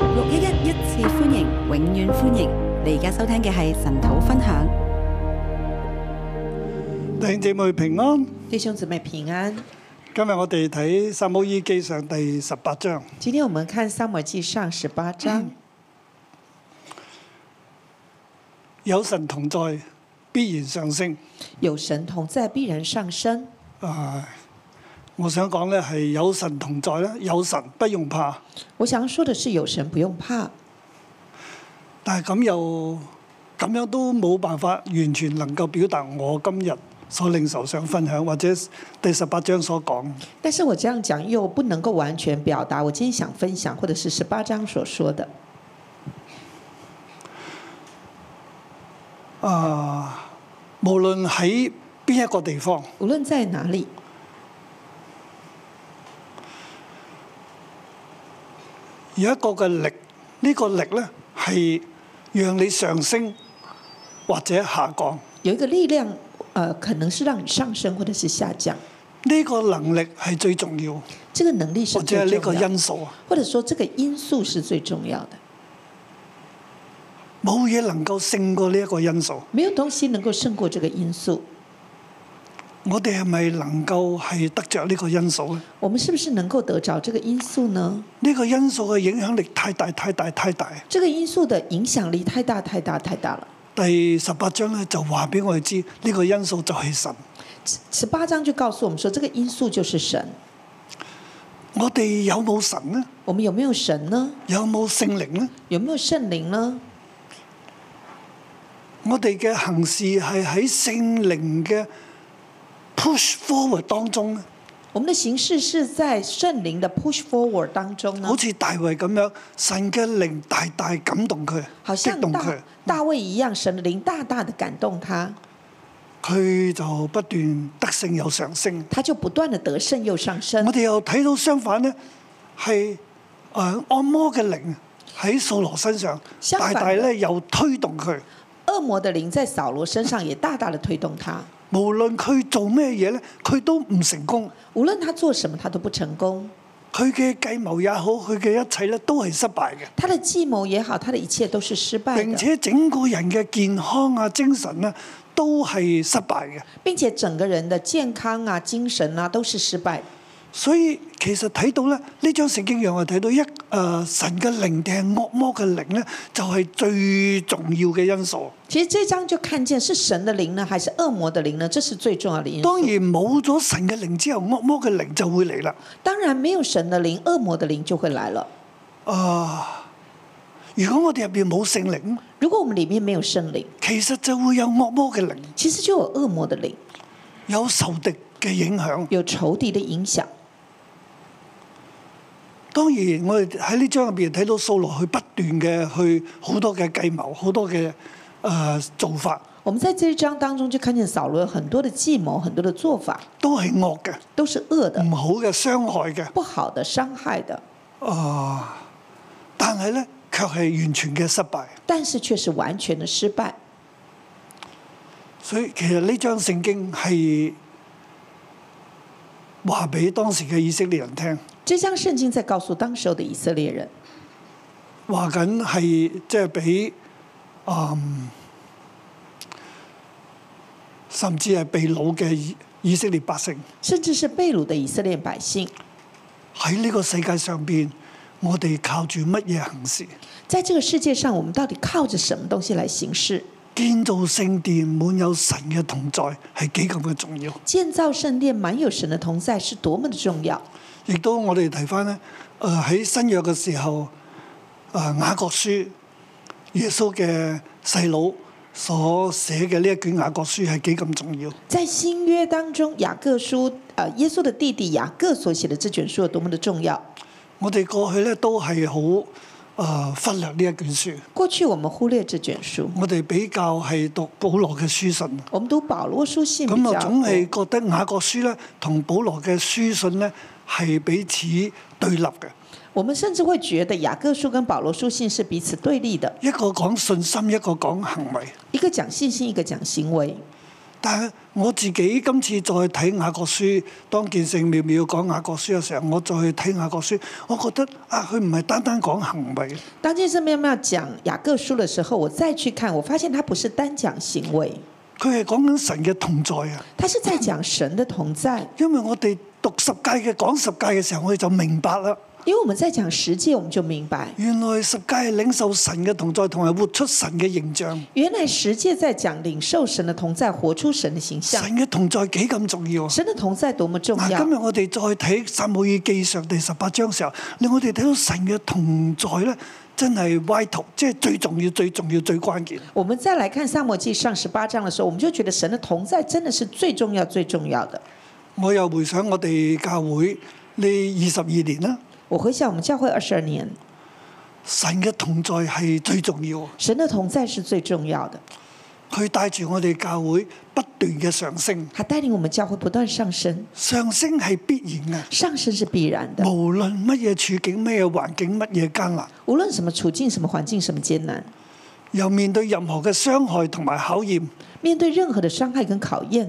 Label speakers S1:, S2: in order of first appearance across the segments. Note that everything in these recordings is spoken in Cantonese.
S1: 六一一一次歡迎，永遠歡迎！你而家收聽嘅係神土分享。
S2: 弟兄姊妹平安，
S3: 弟兄姊妹平安。
S2: 今日我哋睇《撒母耳記上》第十八章。
S3: 今天我们看《撒母耳记上》十八章，
S2: 有神同在，必然上升。
S3: 有神同在必然上升。
S2: 啊，我想講咧係有神同在咧，有神不用怕。
S3: 我想要说的是，有神不用怕，
S2: 但係咁又咁樣都冇辦法完全能夠表達我今日所領受想分享，或者第十八章所講。
S3: 但是我这样讲又不能够完全表达我今天想分享或者是十八章所说的。
S2: 啊，無論喺邊一個地方，
S3: 无论在哪里，
S2: 有一個嘅力，呢、個力咧係讓你上升或者下降。
S3: 有一个力量，呃，可能是让你上升或者是下降，
S2: 呢、個能力係最重要，
S3: 这个能力是
S2: 或者
S3: 最
S2: 係呢
S3: 重
S2: 個
S3: 要的，
S2: 因素啊，
S3: 或者说这个因素是最重要的。
S2: 冇嘢能夠勝過呢一個因素。
S3: 没有东西能够胜过这个因素。
S2: 我哋係咪能夠係得着呢個因素咧？
S3: 我们是不是能够得着这个因素呢？
S2: 呢、個因素嘅影響力太大太大太大。
S3: 这个因素的影响力太大太大太大了。
S2: 第十八章咧就話俾我哋知，呢、個因素就係神。
S3: 十八章就告诉我们说，这个因素就是神。
S2: 我哋有冇神呢？
S3: 我们有没有神呢？
S2: 有冇聖靈呢？
S3: 有没有圣灵呢？
S2: 我哋嘅行事係喺聖靈嘅 push forward 當中咧，
S3: 我们的形式是在圣灵的 push forward 当中呢
S2: 好，似大衛咁樣，神嘅靈大大感動佢，
S3: 好
S2: 激
S3: 像
S2: 動佢
S3: 大。大卫一样，神的灵大大的感动他，
S2: 佢就不斷得勝又上升。
S3: 他就不断的得胜又上升
S2: 我。哋又睇到相反呢，係誒按摩嘅靈啊喺掃羅身上，
S3: 相
S2: 大
S3: 反
S2: 大咧又推動佢。
S3: 恶魔的灵在扫罗身上也大大的推动他，
S2: 無論佢做咩嘢呢，佢都唔成功。
S3: 无论他做什么，他都不成功。
S2: 佢嘅計謀也好，佢嘅一切咧都係失敗嘅。
S3: 他的计谋也好，他的一切都是失败
S2: 並
S3: 的，
S2: 且整個人嘅健康啊、精神啊，都係失敗嘅。
S3: 并且整个人的健康啊、精神啊都是失败的。
S2: 所以其實睇到咧，呢張聖經讓我哋睇到一誒、呃神嘅靈定係惡魔嘅靈呢，就係、最重要嘅因素。
S3: 其实这章就看见是神的灵呢，还是恶魔的灵呢？这是最重要的因素。
S2: 當然冇咗神嘅靈之後，惡魔嘅靈就會嚟啦。
S3: 当然没有神的灵，恶魔的灵就会来了。
S2: 啊、如果我哋入邊冇聖靈，
S3: 如果我們里面没有圣灵，
S2: 其實就會有惡魔嘅靈，
S3: 其实就有恶魔的灵，
S2: 有仇敵嘅影響。
S3: 有仇敌的影响。
S2: 當然，我哋喺呢章入邊睇到掃羅去不斷嘅去好多嘅計謀，好多嘅誒、呃做法
S3: 我们在这一章当中就看见扫罗有很多的计谋，很多的做法
S2: 都係惡嘅、
S3: 都是恶的、
S2: 唔好嘅、傷害嘅。
S3: 不好的、伤害的，
S2: 啊！但係咧，卻係完全嘅失敗。
S3: 但是却是完全的失败。
S2: 所以其實呢張聖經係話俾當時嘅以色列人聽，
S3: 这章圣经在告诉当时候的以色列人，
S2: 話緊係即係俾嗯，甚至係被掳嘅以以色列百姓
S3: 甚至是被掳的以色列百姓，
S2: 喺呢個世界上邊，我哋靠住乜嘢行事？
S3: 在这个世界上，我们到底靠着什么东西来行事？
S2: 建造聖殿滿有神嘅同在係幾咁嘅重要。
S3: 建造圣殿，满有神的同在，是多么的重要。
S2: 亦都我哋睇翻咧，誒、呃喺新約嘅時候，誒、雅各書，耶穌嘅細佬所寫嘅呢一卷雅各書係幾咁重要。
S3: 在新约当中，雅各书，呃，耶稣的弟弟雅各所写的这卷书有多么的重要。
S2: 我哋過去咧都係好呃誒忽略呢一卷書，
S3: 过去我们忽略这卷书，
S2: 我哋比較係讀保羅嘅書信，
S3: 我们读保罗书信比
S2: 咁
S3: 较
S2: 啊
S3: 多
S2: 總係覺得雅各書咧同保羅嘅書信咧係彼此對立嘅，
S3: 我们甚至会觉得雅各书跟保罗书信是彼此对立的，
S2: 一個講信心，一個講行為。
S3: 一个讲信心，一个讲行为。
S2: 但係我自己今次再睇雅各書，當見證妙妙講雅各書嘅時候，我再去睇雅各書，我覺得啊，佢唔係單單講行為，
S3: 當見證妙妙講雅各書的時候，我再去看，我發現他不是單講行為，
S2: 佢係講緊神嘅同在啊。
S3: 他是在講神的同在。
S2: 因為我哋讀十戒嘅講十戒嘅時候，我哋就明白啦。
S3: 因為我們在講十戒，我們就明白，
S2: 原來十戒係領受神嘅同在，同埋活出神嘅形象。
S3: 原來十戒在講領受神的同在，活出神的形
S2: 神
S3: 象。
S2: 嘅同在幾咁啊重要啊！
S3: 神的同在多麼重
S2: 嗱，
S3: 要
S2: 今！日我哋再睇《撒母耳記上》第十八章嘅時候，令我哋睇到神嘅同在咧，真係 vital，即係最重要、最重要、最關鍵。
S3: 我們再來看《撒母耳記上》十八章的時候，我們就覺得神的同在真的是最重要、最重要的。
S2: 我又回想我哋教會呢二十二年啦，
S3: 我回想我們教會二十二年，
S2: 神嘅同在係最重要，
S3: 神的同在是最重要的，
S2: 佢帶住我哋教會不斷嘅上升，
S3: 他帶領我們教會不斷上升，
S2: 上升係必然
S3: 上升是必然
S2: 嘅，
S3: 的。
S2: 無論乜嘢處境、乜嘢環境、乜嘢艱難，
S3: 無論什麼處境、什麼環境、什麼艱難，
S2: 又面對任何嘅傷害同埋考驗，
S3: 面對任何的傷害跟考驗，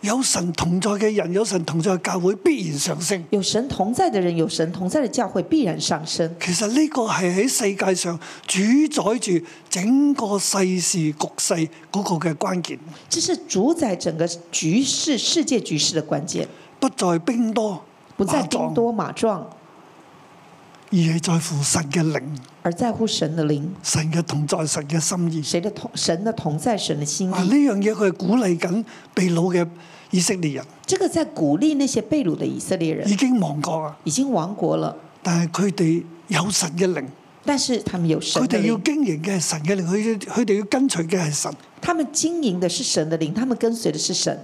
S2: 有神同在嘅人，有神同在嘅教會必然上升。
S3: 有神同在的人，有神同在的教會必然上升。
S2: 其實呢個係喺世界上主宰住整個世事局勢嗰個嘅關鍵，
S3: 這是主宰整個局勢、世界局勢的關鍵，
S2: 不在兵多，
S3: 不在
S2: 馬壯
S3: 兵，多馬壯，
S2: 而係在乎神嘅靈、
S3: 而在乎神的靈、
S2: 神嘅同在、神嘅心意。
S3: 誰的同神的同在、神的心
S2: 啊！
S3: 意
S2: 呢。樣嘢佢係鼓勵緊被擄嘅以色列人，
S3: 这个在鼓勵那些被掳的以色列
S2: 已
S3: 人，
S2: 經亡國啊！
S3: 已經亡國了，
S2: 但係佢哋有神嘅靈，
S3: 但是他們有神
S2: 佢
S3: 的
S2: 哋要
S3: 靈，
S2: 經營嘅係神嘅靈，佢佢哋要跟隨嘅係神，
S3: 他們經營的是神的靈，他們跟隨的是神，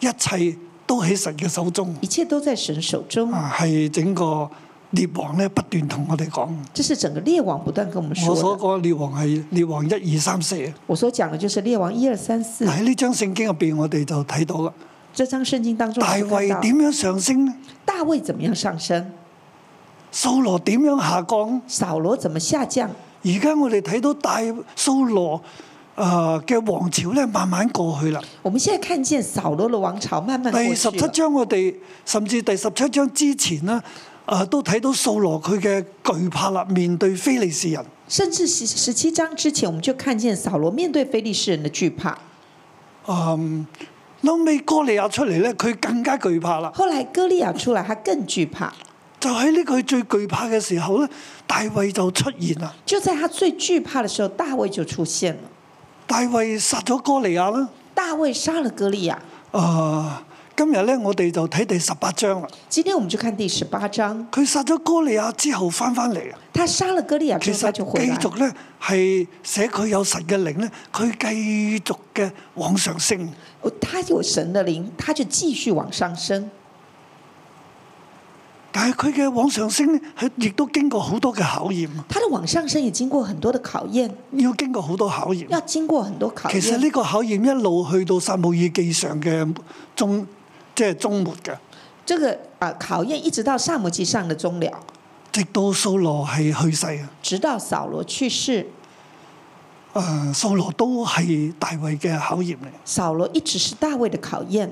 S2: 一切都喺神嘅手中。
S3: 一切都在神手中。
S2: 啊，係整個列王咧不斷同我哋講。
S3: 这是整個列王不斷跟我們
S2: 我
S3: 說
S2: 所
S3: 的。
S2: 講列王係列王一二三四，
S3: 我所講的就是列王一二三四
S2: 喺呢張聖經入邊，我哋就睇到啦。
S3: 這章聖經當中，
S2: 大
S3: 我們看
S2: 衛
S3: 到
S2: 點樣上升呢？
S3: 大衛怎麼樣上升，
S2: 掃羅點樣下降？
S3: 掃羅怎麼下降。
S2: 而家我哋睇到大掃羅誒嘅王朝咧，慢慢過去啦。
S3: 我們現在看見掃羅的王朝慢慢過
S2: 第十
S3: 去
S2: 七
S3: 了。
S2: 章我哋甚至第十七章之前呢，誒、都睇到掃羅佢嘅懼怕啦，面對非利士人，
S3: 甚至十十七章之前，我們就看見掃羅面對非利士人的懼怕。
S2: 後尾哥利亞出嚟咧，佢更加懼怕啦。
S3: 後來歌利亞出來，他更懼怕。
S2: 就喺呢個佢最懼怕嘅時候咧，大衛就出現啦。
S3: 就在他最懼怕的時候，大衛就出現了。
S2: 大衛殺咗哥利亞啦。
S3: 大衛殺了歌利亞。
S2: 啊、今日咧我哋就睇第十八章啦。
S3: 今天我們就看第十八章，
S2: 佢殺咗哥利亞之後翻翻嚟，啊
S3: 他殺了歌利亞
S2: 其
S3: 之後，
S2: 實
S3: 他啊就回
S2: 繼
S3: 來。
S2: 續咧係寫佢有神嘅靈咧，佢繼續嘅往上升。
S3: 哦他有神的靈，他就繼續往上升。
S2: 但係佢嘅往上升咧，佢亦都經過好多嘅考驗，
S3: 他的往上升也經過很多的考驗，
S2: 要經過好多考驗。
S3: 要經過很多考
S2: 其實呢
S3: 驗。
S2: 個考驗一路去到撒母耳記上嘅中，即係中末嘅，
S3: 這個啊考驗一直到撒母記上的終了，
S2: 直到掃羅係去世啊。
S3: 直到掃羅去世，
S2: 誒、掃羅啊都係大衛嘅考驗嚟。
S3: 掃羅一直是大衛的考驗。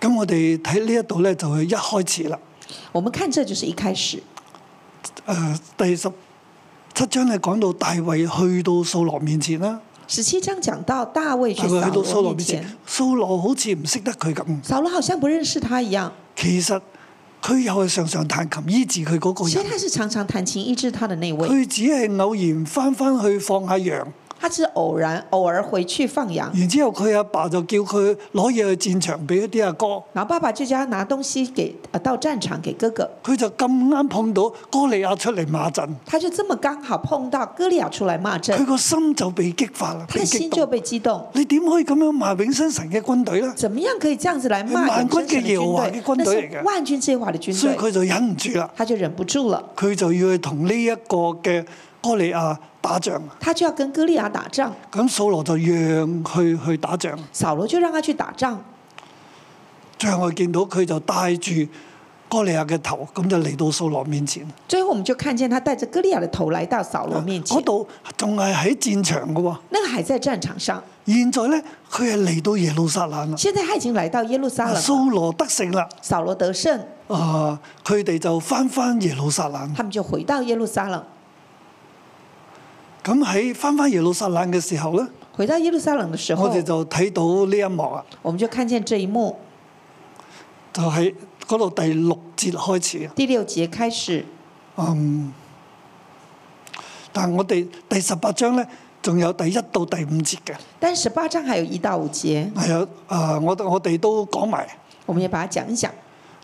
S2: 咁我哋睇呢一度咧，就係一開始啦。
S3: 我們看這就是一開始，
S2: 誒、啊第十七章咧講到大衛去到掃羅面前啦，
S3: 十七章講到大衛
S2: 大
S3: 去
S2: 衛去到
S3: 掃
S2: 掃
S3: 羅
S2: 羅
S3: 面
S2: 面
S3: 前
S2: 前，，掃羅好似唔識得佢咁。
S3: 掃羅好像不認識他一樣。
S2: 其實佢又係常常彈琴醫治佢嗰
S3: 其實
S2: 個
S3: 他是常常彈琴醫治他的那位，
S2: 人，佢只係偶然翻翻去放下羊，
S3: 他只是偶然偶爾回去放羊，
S2: 然之後佢阿爸就叫佢攞嘢去戰場俾啲阿哥，
S3: 然後爸爸就叫他拿東西給呃到戰場給哥哥，
S2: 佢就咁啱碰到哥利亞出嚟罵陣，
S3: 他就這麼剛好碰到哥利亞出來罵
S2: 佢
S3: 陣，
S2: 個心就被激發啦，
S3: 他
S2: 被
S3: 的
S2: 激
S3: 心就
S2: 動。
S3: 被激動。
S2: 你點可以咁樣罵永生神嘅軍隊呢？
S3: 怎麼樣可以這樣子來罵
S2: 萬軍嘅耶和華
S3: 永
S2: 嘅軍
S3: 生神的
S2: 隊嚟
S3: 軍隊？
S2: 嘅
S3: 那是萬軍之耶和華的軍
S2: 所以
S3: 隊，
S2: 佢就忍唔住啦，
S3: 他就忍不住了，
S2: 佢就要去同呢一個嘅哥利亞打仗。
S3: 他就要跟哥利亞打仗。
S2: 咁掃羅就讓佢去打仗，
S3: 掃羅就讓他去打仗，
S2: 最後我見到佢就帶住哥利亞嘅頭，咁就嚟到掃羅面前。
S3: 最后我们就看见他带着歌利亚的头来到扫罗面前
S2: 嗰，度仲係喺戰場嘅喎。
S3: 那个还在战场上，
S2: 現在咧，佢係嚟到耶路撒冷啦，啊
S3: 现在他已经来到耶路撒冷了，
S2: 掃羅得勝啦。
S3: 扫罗得胜，
S2: 啊，佢哋就翻翻耶路撒冷。
S3: 他们就回到耶路撒冷。
S2: 咁喺翻翻耶路撒冷嘅時候咧，
S3: 回到耶路撒冷的时候，
S2: 我哋就睇到呢一幕啊，
S3: 我们就看见这一幕。
S2: 就喺嗰度第六節開始啊。
S3: 第六节开始，
S2: 嗯，但我哋第十八章咧，仲有第一到第五節嘅，
S3: 但十八章还有一到五节，
S2: 係啊，啊，我我哋都講埋
S3: 我们也把它讲一讲。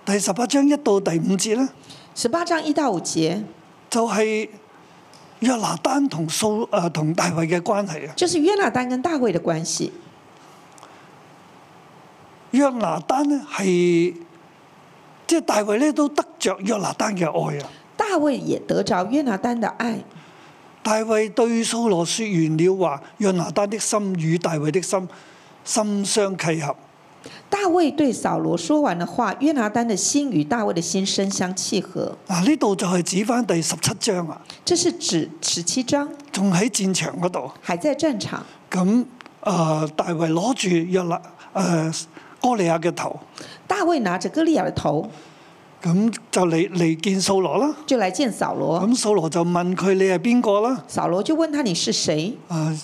S2: 第十八章一到第五節咧，
S3: 十八章一到五节，
S2: 就係、約拿丹同掃誒同大衛嘅關係啊！
S3: 就是约拿丹跟大卫的关系。
S2: 約拿丹咧係即係大衛咧都得着約拿丹嘅愛啊！
S3: 大卫也得着约拿丹的爱。
S2: 大衛對掃羅説完了話，約拿丹的心與大衛的心心相契合。
S3: 大卫对扫罗说完的话，约拿丹的心与大卫的心深相契合。
S2: 嗱，呢度就係指翻第十七章啊，
S3: 这是指十七章
S2: 仲喺戰場嗰度。
S3: 还在战场，
S2: 咁啊、呃大衛攞住約拿誒哥利亞嘅頭，
S3: 大卫拿着歌利亚的头
S2: 咁就嚟嚟見掃羅啦。
S3: 就来见扫罗。
S2: 咁掃羅就問佢：你係邊個啦？
S3: 扫罗就问他你是谁？
S2: 啊、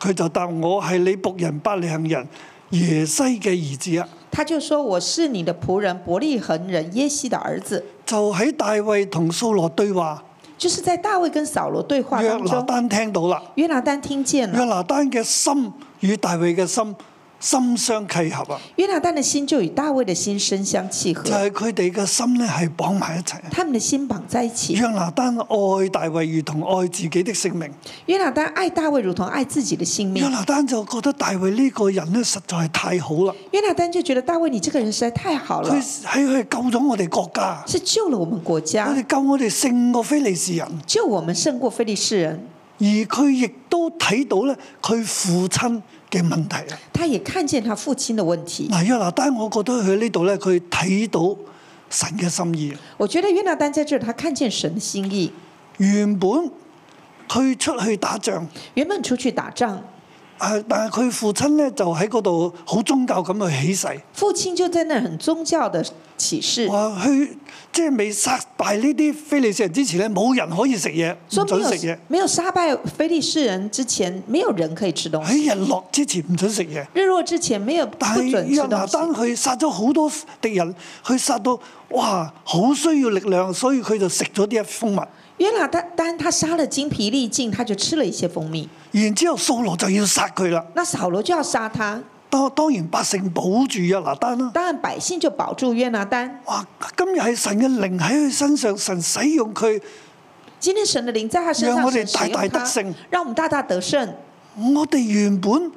S2: 佢就答我係你仆人伯利恒人耶西嘅兒子啊。
S3: 他就说我是你的仆人伯利恒人耶西的儿子。
S2: 就喺大衛同掃羅對話，
S3: 就是在大卫跟扫罗对话
S2: 約
S3: 当
S2: 拿
S3: 中，
S2: 單聽到啦。
S3: 约拿丹听见
S2: 約
S3: 了，
S2: 拿單嘅心與大衛嘅心心相契合啊，
S3: 约拿丹的心就与大卫的心深相契合
S2: 就，係佢哋嘅心咧係綁埋一齊。啊
S3: 他们的心绑在一起。
S2: 約拿單愛大衛如同愛自己的性命。
S3: 约拿丹爱大衛如同愛自己的性
S2: 約
S3: 命。
S2: 拿單就覺得大衛呢個人咧實在係太好啦，
S3: 约拿丹就觉得大衛你這個人實在太好了
S2: 佢，喺佢救咗我哋國家，
S3: 是救了我們國
S2: 佢
S3: 家，
S2: 哋救我哋勝過非利士人，
S3: 救我們勝過非利士人。
S2: 而佢亦都睇到咧佢父親嘅問題啊。
S3: 他也看見他父親的問題。
S2: 嗱，約拿單，我覺得佢呢度咧，佢睇到神嘅心意。
S3: 我覺得约拿丹在這裡，他看見神的心意。
S2: 原本佢出去打仗。
S3: 原本出去打仗，
S2: 啊！但係佢父親咧就喺嗰度好宗教咁去起誓，
S3: 父親就在那很宗教的启示，
S2: 話去即係未殺敗呢啲非利士人之前咧，冇人可以食嘢，
S3: 說
S2: 唔
S3: 沒
S2: 准
S3: 有
S2: 食嘢。
S3: 沒有殺敗非利士人之前，沒有人可以吃東西。
S2: 喺日落之前唔准食嘢。
S3: 日落之前沒有不
S2: 但係
S3: 准吃
S2: 約拿
S3: 東
S2: 單
S3: 西。
S2: 佢殺咗好多敵人，佢殺到哇好需要力量，所以佢就食咗啲蜂蜜。
S3: 約拿單單他殺了精疲力盡，他就吃了一些蜂蜜。
S2: 然之後掃羅就要殺佢啦。
S3: 那掃羅就要殺他，
S2: 當當然百姓保住約拿單啦。
S3: 當然百姓就保住約拿單。
S2: 哇！今日係神嘅靈喺佢身上，神使用佢，
S3: 今天神的靈在他身
S2: 讓
S3: 上，
S2: 我哋
S3: 神使用
S2: 大大
S3: 他
S2: 得勝
S3: 讓我們大大得勝。
S2: 我哋原本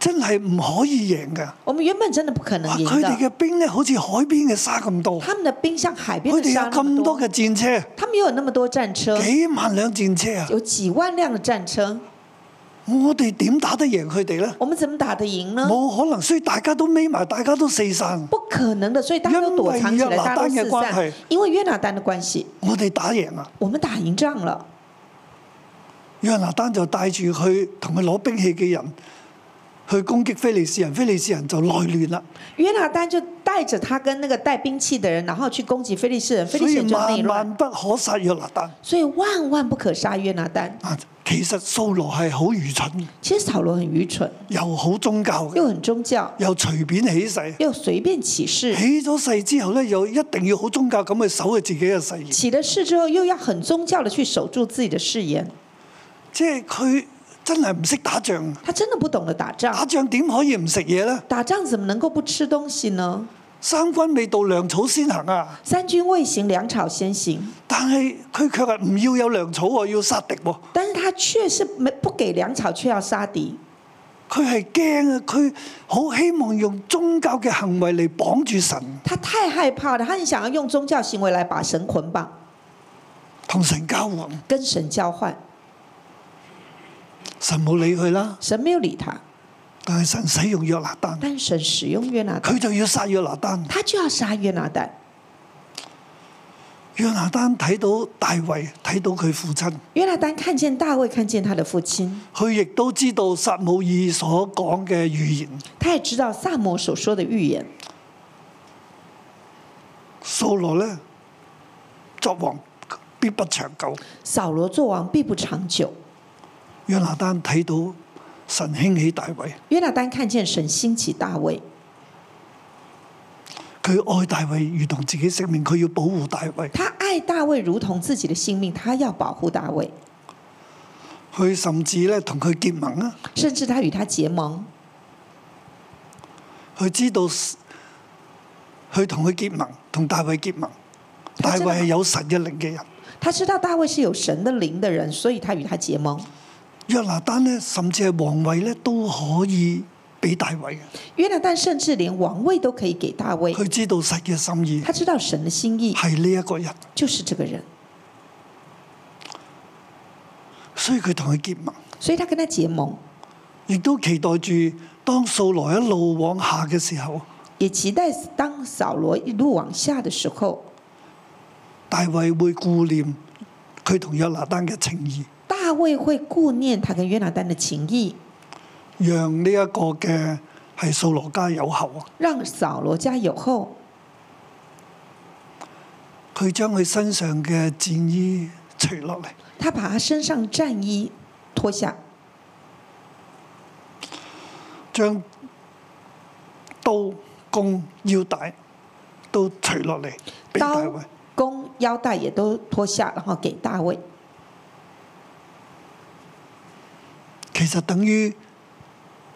S2: 真係唔可以贏嘅。
S3: 我們原本真的不可能
S2: 哇！
S3: 贏
S2: 佢哋
S3: 的，
S2: 嘅兵咧，好似海邊嘅沙咁多，
S3: 他們的兵像海邊
S2: 佢
S3: 的
S2: 哋有
S3: 沙那麼
S2: 咁多
S3: 多，
S2: 嘅戰車，
S3: 他們有那麼多戰車，
S2: 幾萬輛戰車啊！
S3: 有幾萬輛的戰車，
S2: 我哋點打得贏佢哋咧？
S3: 我們怎麼打得贏呢？
S2: 冇可能，所以大家都匿埋，大家都四散，
S3: 不可能的，所以大家都躲藏起
S2: 因為約
S3: 來，
S2: 拿
S3: 大家都
S2: 單嘅
S3: 四
S2: 關
S3: 散
S2: 係。
S3: 因為約拿單的關係，
S2: 我哋打贏啊！
S3: 我們打贏仗了。
S2: 約拿單就帶住佢同佢攞兵器嘅人去攻擊非利士人，非利士人就內亂啦。
S3: 约拿丹就带着他跟那个带兵器的人，然后去攻击非利士人，非
S2: 所
S3: 利士
S2: 以
S3: 人就内
S2: 萬
S3: 乱，
S2: 萬不可殺約拿單。
S3: 所以万萬不可杀约拿丹。
S2: 啊，其實掃羅係好愚蠢嘅，
S3: 其实扫罗很愚蠢，
S2: 又好宗教嘅，
S3: 又很宗教，
S2: 又隨便起誓。
S3: 又随便起誓，
S2: 起咗誓之後咧，又一定要好宗教咁去守佢自己嘅誓言，
S3: 起了誓之後又要很宗教的去守住自己的誓言。
S2: 即係佢真係唔識打仗，
S3: 他真的不懂得打
S2: 打
S3: 仗，
S2: 仗點可以唔食嘢咧？
S3: 打仗怎么能够不吃东西呢？
S2: 三軍未到，糧草先行啊！
S3: 三军未行，粮草先行。
S2: 但係佢卻係唔要有糧草喎，要殺敵喎。
S3: 但是他却是没不给粮草，却要杀敌。
S2: 佢係驚啊！佢好希望用宗教嘅行為嚟綁住神
S3: 他太害怕了，他很想要用宗教行为来把神捆綁，
S2: 同神交往，
S3: 跟神交換。
S2: 神冇理佢啦。
S3: 神沒有理他。
S2: 但係神使用約拿單，
S3: 但神使用約拿單，
S2: 佢就要殺約拿單。
S3: 他就要殺約拿單。
S2: 約拿單睇到大衛，睇到佢父親，
S3: 約拿單看見大衛，看見他的父親，
S2: 佢亦都知道撒母耳所講嘅預言，
S3: 他也知道撒母所說的預言。
S2: 掃羅呢，作王必不長久。
S3: 掃羅做王必不長久。
S2: 約拿單睇到神興起大衛，
S3: 約拿單看見神興起大衛，
S2: 佢愛大衛如同自己性命，佢要保護大衛。
S3: 他愛大衛如同自己的性命，他要保護大衛，
S2: 佢甚至咧同佢結盟啊！
S3: 甚至他與他結盟。
S2: 佢知道佢同佢結盟，同大衛結盟。大
S3: 佢知道
S2: 衛係有神嘅靈嘅人。
S3: 他知道大衛是有神的靈的人，所以他與他結盟。
S2: 約拿單咧，甚至係皇位咧都可以俾大衛嘅。
S3: 約拿單甚至連王位都可以給大衛，
S2: 佢知道神嘅心意
S3: 他知道神的心意
S2: 係呢一個人，
S3: 就是這個人，
S2: 所以佢同佢結盟，
S3: 所以他跟他結盟，
S2: 亦都期待住當掃羅一路往下嘅時候，
S3: 也期待當掃羅一路往下的時候，
S2: 大衛會顧念佢同約拿單嘅情義，
S3: 大衛會顧念他跟約拿單的情誼，
S2: 讓呢一個嘅係掃羅家有後啊！
S3: 讓掃羅家有後。
S2: 佢將佢身上嘅戰衣除落嚟，
S3: 他把他身上戰衣脫下，
S2: 將刀、弓、腰帶都除落嚟俾大
S3: 刀
S2: 衛。、
S3: 弓、腰帶也都脫下，然後給大衛。
S2: 其實等於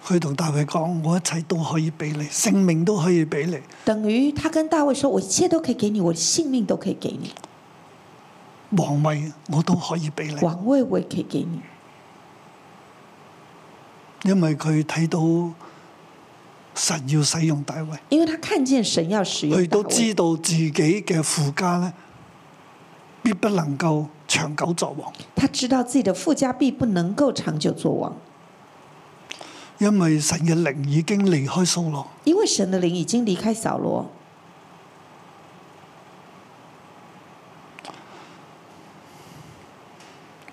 S2: 佢同大衛講：我一切都可以俾你，性命都可以俾你。
S3: 等於他跟大衛說：“我一切都可以給你，我的性命都可以給你，
S2: 皇位我都可以俾你，
S3: 王位我也可以給你。
S2: 因為佢睇到神要使用大衛，”
S3: 因為他看見神要使用
S2: 佢
S3: 大
S2: 哎都知
S3: 衛，
S2: 道自己嘅父家呢，必不能夠長久作王，
S3: 他知道自己的父家必不能夠長久做王，
S2: 因為神嘅靈已經離開掃羅。
S3: 因為神的靈已經離開掃羅。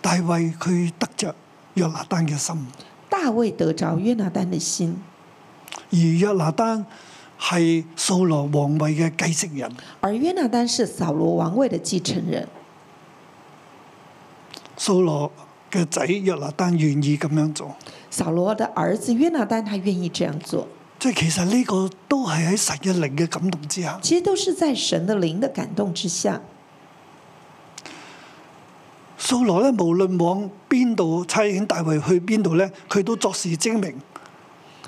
S2: 大衛佢得着約拿單嘅心，
S3: 大衛得着約拿單的心，
S2: 而約拿單係掃羅王位嘅繼承人，
S3: 而約拿單是掃羅王位的繼承人。
S2: 掃羅嘅仔約拿單願意咁樣做。
S3: 掃羅的兒子約拿單，他願意這樣做，
S2: 即係其實呢個都係喺神嘅靈嘅感動之下，
S3: 其實都是在神的靈的感動之下。
S2: 掃羅咧無論往邊度差遣大衛去邊度咧，佢都作事精明，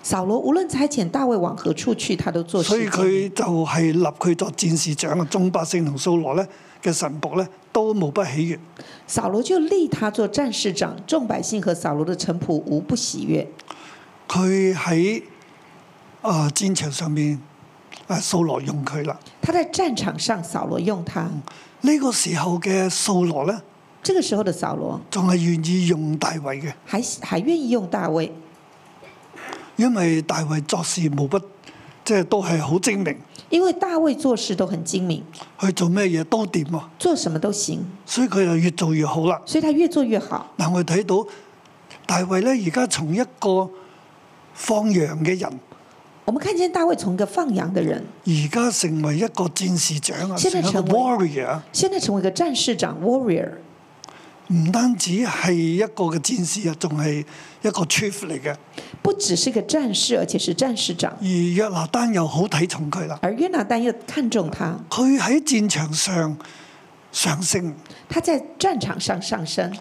S3: 掃羅無論差遣大衛往何處去，他都做
S2: 所
S3: 事
S2: 以
S3: 精明。
S2: 佢就係立佢作戰士長啊，眾百姓同掃羅咧嘅神仆咧都無不喜悅。
S3: 掃羅就立他做戰士長，眾百姓和掃羅的臣仆無不喜悅。
S2: 佢喺啊戰場上面啊掃羅用佢啦。
S3: 他在戰場上，掃羅用他。
S2: 呢、個時候嘅掃羅咧，
S3: 這個時候的掃羅
S2: 仲係願意用大衛嘅，
S3: 還還願意用大衛，
S2: 因為大衛作事無不即係都係好精明，
S3: 因為大衛做事都很精明，
S2: 去做咩嘢都掂啊！
S3: 做什麼都行，
S2: 所以佢就越做越好啦。
S3: 所以他越做越好。
S2: 嗱，我哋睇到大衛咧，而家從一個放羊嘅人，
S3: 我們看見大衛從一個放羊的人，
S2: 而家成為一個戰士長啊，
S3: 現
S2: 成
S3: 在
S2: 一個
S3: 成為
S2: warrior，啊
S3: 現在成為一個戰士長 （warrior）。
S2: 唔單止係一個嘅戰士啊，仲係一個 chief 嚟嘅。
S3: 不只是個戰士，而且是戰士長。
S2: 而約拿單又好睇重佢啦，
S3: 而約拿單又看中他，
S2: 佢喺戰場上上升，
S3: 他在戰場上上升，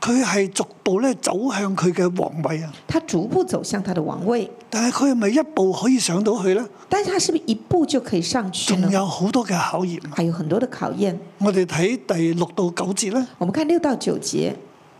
S2: 佢係逐步咧走向佢嘅皇位啊。
S3: 他逐步走向他的王位。
S2: 但係佢係咪一步可以上到去咧？
S3: 但是他是不是一步就可以上去
S2: 仲
S3: 呢？
S2: 有好多嘅考驗啊！
S3: 還有很多的考驗。
S2: 我哋睇第六到九節咧。
S3: 我們看六到九節，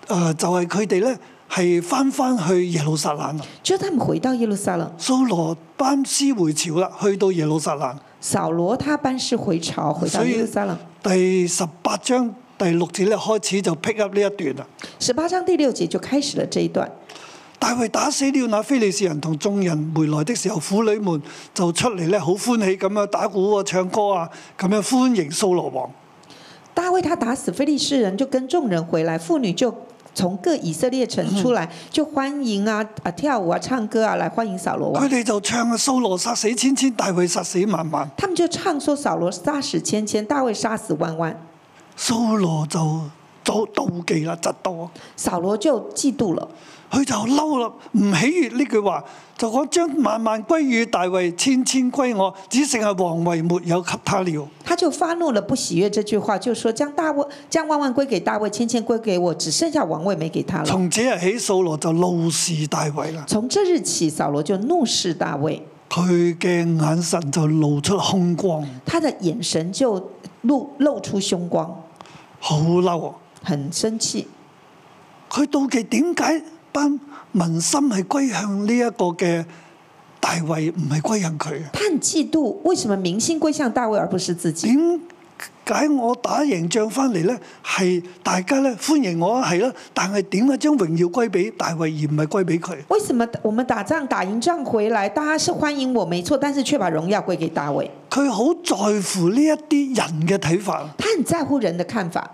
S2: 誒、就係佢哋咧係翻翻去耶路撒冷啦。啊
S3: 就是他們回到耶路撒冷，
S2: 蘇羅班師回朝啦，去到耶路撒冷。
S3: 掃羅他班師回朝，回到
S2: 所以
S3: 耶路撒冷。
S2: 第十八章第六節咧開始就 pick up 呢一段啦。啊
S3: 十八章第六節就開始了這一段。
S2: 大衛打死了那非利士人同眾人回來的時候，婦女們就出嚟咧好歡喜咁樣打鼓啊、唱歌啊，咁樣歡迎掃羅王。
S3: 大卫他打死非利士人，就跟众人回来，妇女就从各以色列城出来，就欢迎啊啊跳舞啊唱歌啊来欢迎扫
S2: 佢
S3: 罗王。
S2: 哋就唱啊，掃羅殺死千千，大衛殺死萬萬。
S3: 他们就唱说扫罗杀死千千，大卫杀死万万。
S2: 掃羅就就妒忌啦，嫉妒啊，
S3: 扫罗就嫉妒了，
S2: 佢就嬲啦，唔喜悦呢句話，就講將萬萬歸於大衛，千千歸我，只剩係王位沒有給他了。
S3: 他就发怒了，不喜悦这句话，就说将大卫将万万归给大卫，千千归给我，只剩下王位没给他了。
S2: 從這日啊起，掃羅就怒視大衛啦，
S3: 从这日起，扫罗就怒视大卫，
S2: 佢嘅眼神就露出空光，
S3: 他的眼神就露露出凶光，
S2: 好嬲啊！
S3: 很生气。
S2: 佢妒忌點解班民心係歸向呢一個嘅大衛，唔係歸向佢啊？
S3: 哎他很嫉妒，为什么明星归向大卫而不是自己？
S2: 點解我打贏仗翻嚟呢？係大家咧歡迎我啊係啦，但係點解將榮耀歸俾大衛而唔係歸俾佢？
S3: 为什么我们打仗打赢仗回来，大家是欢迎我没错，但是却把荣耀归给大卫？
S2: 佢好在乎呢一啲人嘅睇法。
S3: 他很在乎人的看法，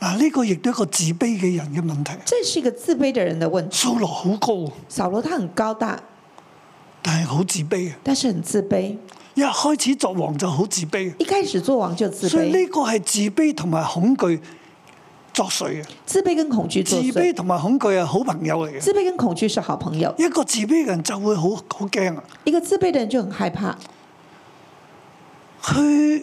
S2: 嗱，呢個亦都一個自卑嘅人嘅問題。
S3: 这是一个自卑的人的问题。
S2: 掃羅好高，
S3: 扫罗他很高大，
S2: 但係好自卑啊！
S3: 但是很自卑，
S2: 一開始作王就好自卑啊，
S3: 一开始做王就自
S2: 所以
S3: 卑，
S2: 呢個係自卑同埋恐懼作祟啊！
S3: 自卑跟恐惧
S2: 自
S3: 作
S2: 卑
S3: 祟，
S2: 同埋恐懼係好朋友嚟嘅。
S3: 自卑跟恐惧是好朋友。
S2: 一個自卑嘅人就會好好驚啊！
S3: 一个自卑的人就很害怕，
S2: 佢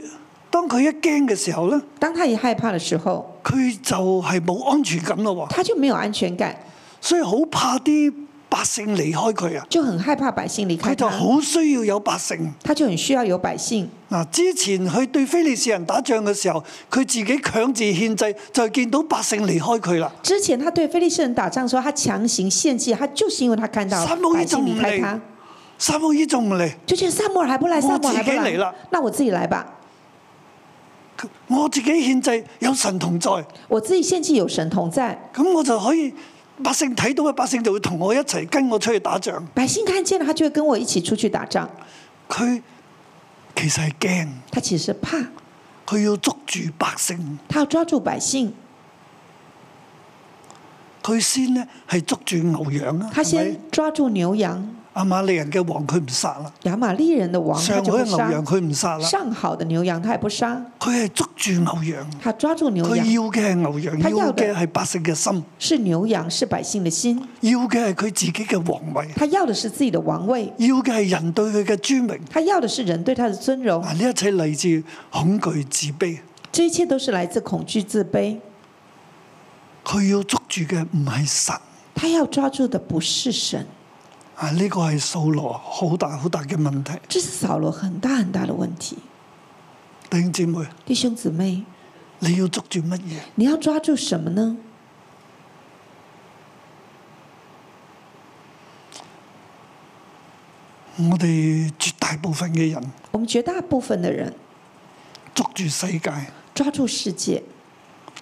S2: 當佢一驚嘅時候咧，
S3: 当他一害怕的时候，
S2: 佢就係冇安全感咯喎，
S3: 他就没有安全感，
S2: 所以好怕啲百姓離開佢啊！
S3: 就很害怕百姓离
S2: 佢
S3: 开
S2: 就
S3: 他，
S2: 好需要有百姓。
S3: 他就很需要有百姓。
S2: 嗱，之前佢對非利士人打仗嘅時候，佢自己強自獻祭，就係見到百姓離開佢啦。
S3: 之前他对非利士人打仗的时候，他强行献祭，他就是因为他看到
S2: 撒母耳
S3: 百
S2: 就
S3: 姓
S2: 唔
S3: 离开
S2: 嚟
S3: 他，，
S2: 撒母耳仲唔嚟，
S3: 就觉得撒母耳还不来，撒母耳
S2: 我
S3: 还不
S2: 自己
S3: 来，
S2: 嚟啦
S3: 那我自己来吧，
S2: 我自己獻祭有神同在，
S3: 我自己献祭有神同在。
S2: 咁我就可以百姓睇到嘅百姓就會同我一齊跟我出去打仗。
S3: 百姓看见了，他就会跟我一起出去打仗。
S2: 佢其實係驚，
S3: 他其实怕，
S2: 佢要捉住百姓，
S3: 他要抓住百姓，
S2: 佢先呢係捉住牛羊啊，
S3: 他
S2: 係咪
S3: 先抓住牛羊，
S2: 阿瑪利人嘅王佢唔殺啦，
S3: 亚玛利人的王他
S2: 上
S3: 就
S2: 海嘅
S3: 不
S2: 牛羊
S3: 杀，
S2: 佢唔殺啦，
S3: 上好的牛羊他也不杀，
S2: 佢係捉住牛羊，
S3: 他抓住牛
S2: 佢
S3: 羊。
S2: 要嘅係牛羊，
S3: 佢要
S2: 要
S3: 嘅
S2: 嘅係百姓嘅心，
S3: 是牛羊，是百姓的心，
S2: 要嘅係佢自己嘅皇位，
S3: 他要的是自己的王位，
S2: 要嘅係人對佢嘅尊榮。
S3: 他要的是人对他的尊荣。
S2: 嗱，呢一切嚟自恐懼自卑，
S3: 这一切都是来自恐惧、自卑。
S2: 佢要捉住嘅唔係神
S3: 他要抓住的不是神，
S2: 啊！呢、個係掃羅好大好大嘅問題，
S3: 这是扫罗很大很大的问题。
S2: 弟兄姊妹，
S3: 弟兄姊妹，
S2: 你要捉住乜嘢？
S3: 你要抓住什么呢？
S2: 我哋絕大部分嘅人
S3: 我们绝大部分的人
S2: 捉住世界，
S3: 抓住世界，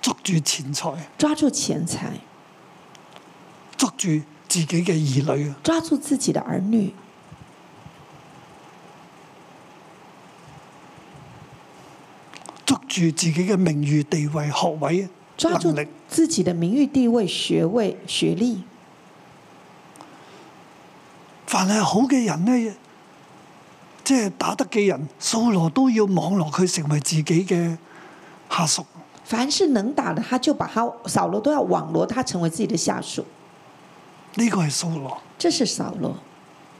S2: 捉住錢財，
S3: 抓住钱财，
S2: 捉住自己嘅兒女啊！
S3: 抓住自己的儿女。
S2: 捉住自己嘅名譽、地位、學位、
S3: 抓住
S2: 能力，
S3: 自己的名誉、地位、学位、学历，
S2: 凡係好嘅人呢，即係打得嘅人，掃羅都要網羅佢成為自己嘅下屬。
S3: 凡是能打的，他就把他扫罗都要网罗他成为自己的下属。
S2: 呢個係掃羅。
S3: 这是扫罗。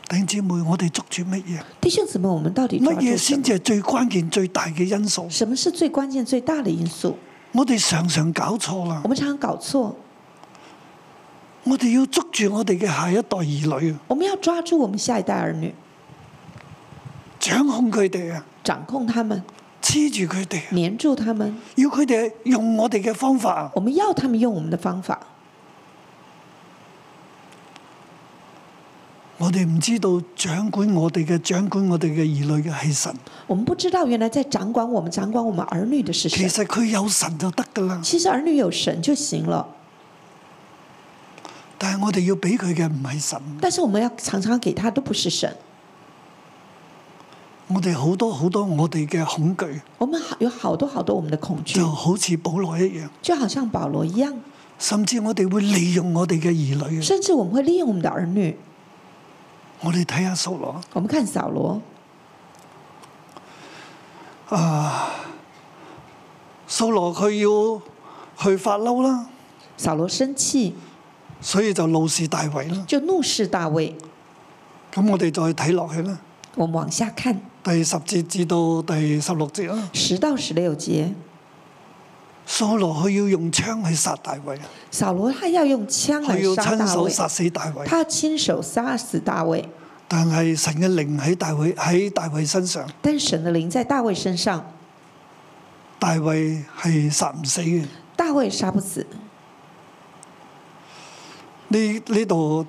S2: 弟兄姊妹，我哋捉住乜嘢？
S3: 弟兄姊妹，我们到底抓
S2: 乜
S3: 住
S2: 嘢
S3: 什
S2: 先
S3: 么？
S2: 至係最關鍵、最大嘅因素？
S3: 什么是最关键、最大的因素？
S2: 我哋常常搞錯啦
S3: 我！们常常搞错，
S2: 我哋要捉住我哋嘅下一代兒女啊，
S3: 我们要抓住我们下一代儿女，
S2: 掌控佢哋啊，
S3: 掌控他们，
S2: 黐住佢哋啊，
S3: 黏住他们。
S2: 要佢哋用我哋嘅方法啊！
S3: 我们要他们用我们的方法，
S2: 我哋唔知道掌管我哋嘅、掌管我哋嘅兒女嘅係神。
S3: 我们不知道原来在掌管我们、掌管我们儿女的是
S2: 其
S3: 谁。
S2: 實佢有神就得噶啦，
S3: 其实儿女有神就行了，
S2: 但係我哋要俾佢嘅唔係神，
S3: 但是我们要常常给他都不是神，
S2: 我哋好多好多我哋嘅恐懼，
S3: 我们好有好多好多我们的恐惧
S2: 就，好似保羅一樣，
S3: 就好像保罗一样，
S2: 甚至我哋會利用我哋嘅兒女。啊
S3: 甚至我们会利用我们的儿女。
S2: 我哋睇下掃羅，啊
S3: 我们看扫罗，
S2: 掃羅佢要去發嬲啦，
S3: 扫罗生气
S2: 所以就怒視大衛啦。
S3: 就怒视大卫。
S2: 咁我哋再睇落去啦，
S3: 我们往下看
S2: 第十節至到第十六節啦。
S3: 十到十六节，
S2: 掃羅佢要用槍去殺大衛，
S3: 扫罗他要用枪
S2: 佢
S3: 来
S2: 要
S3: 杀
S2: 親
S3: 大
S2: 手
S3: 卫，
S2: 殺死大衛。
S3: 他亲手杀死大卫，
S2: 但係神嘅靈喺大衛喺大衛身上，
S3: 但神的灵在大卫身上，
S2: 大衛係殺唔死嘅。
S3: 大卫杀不死。
S2: 呢呢度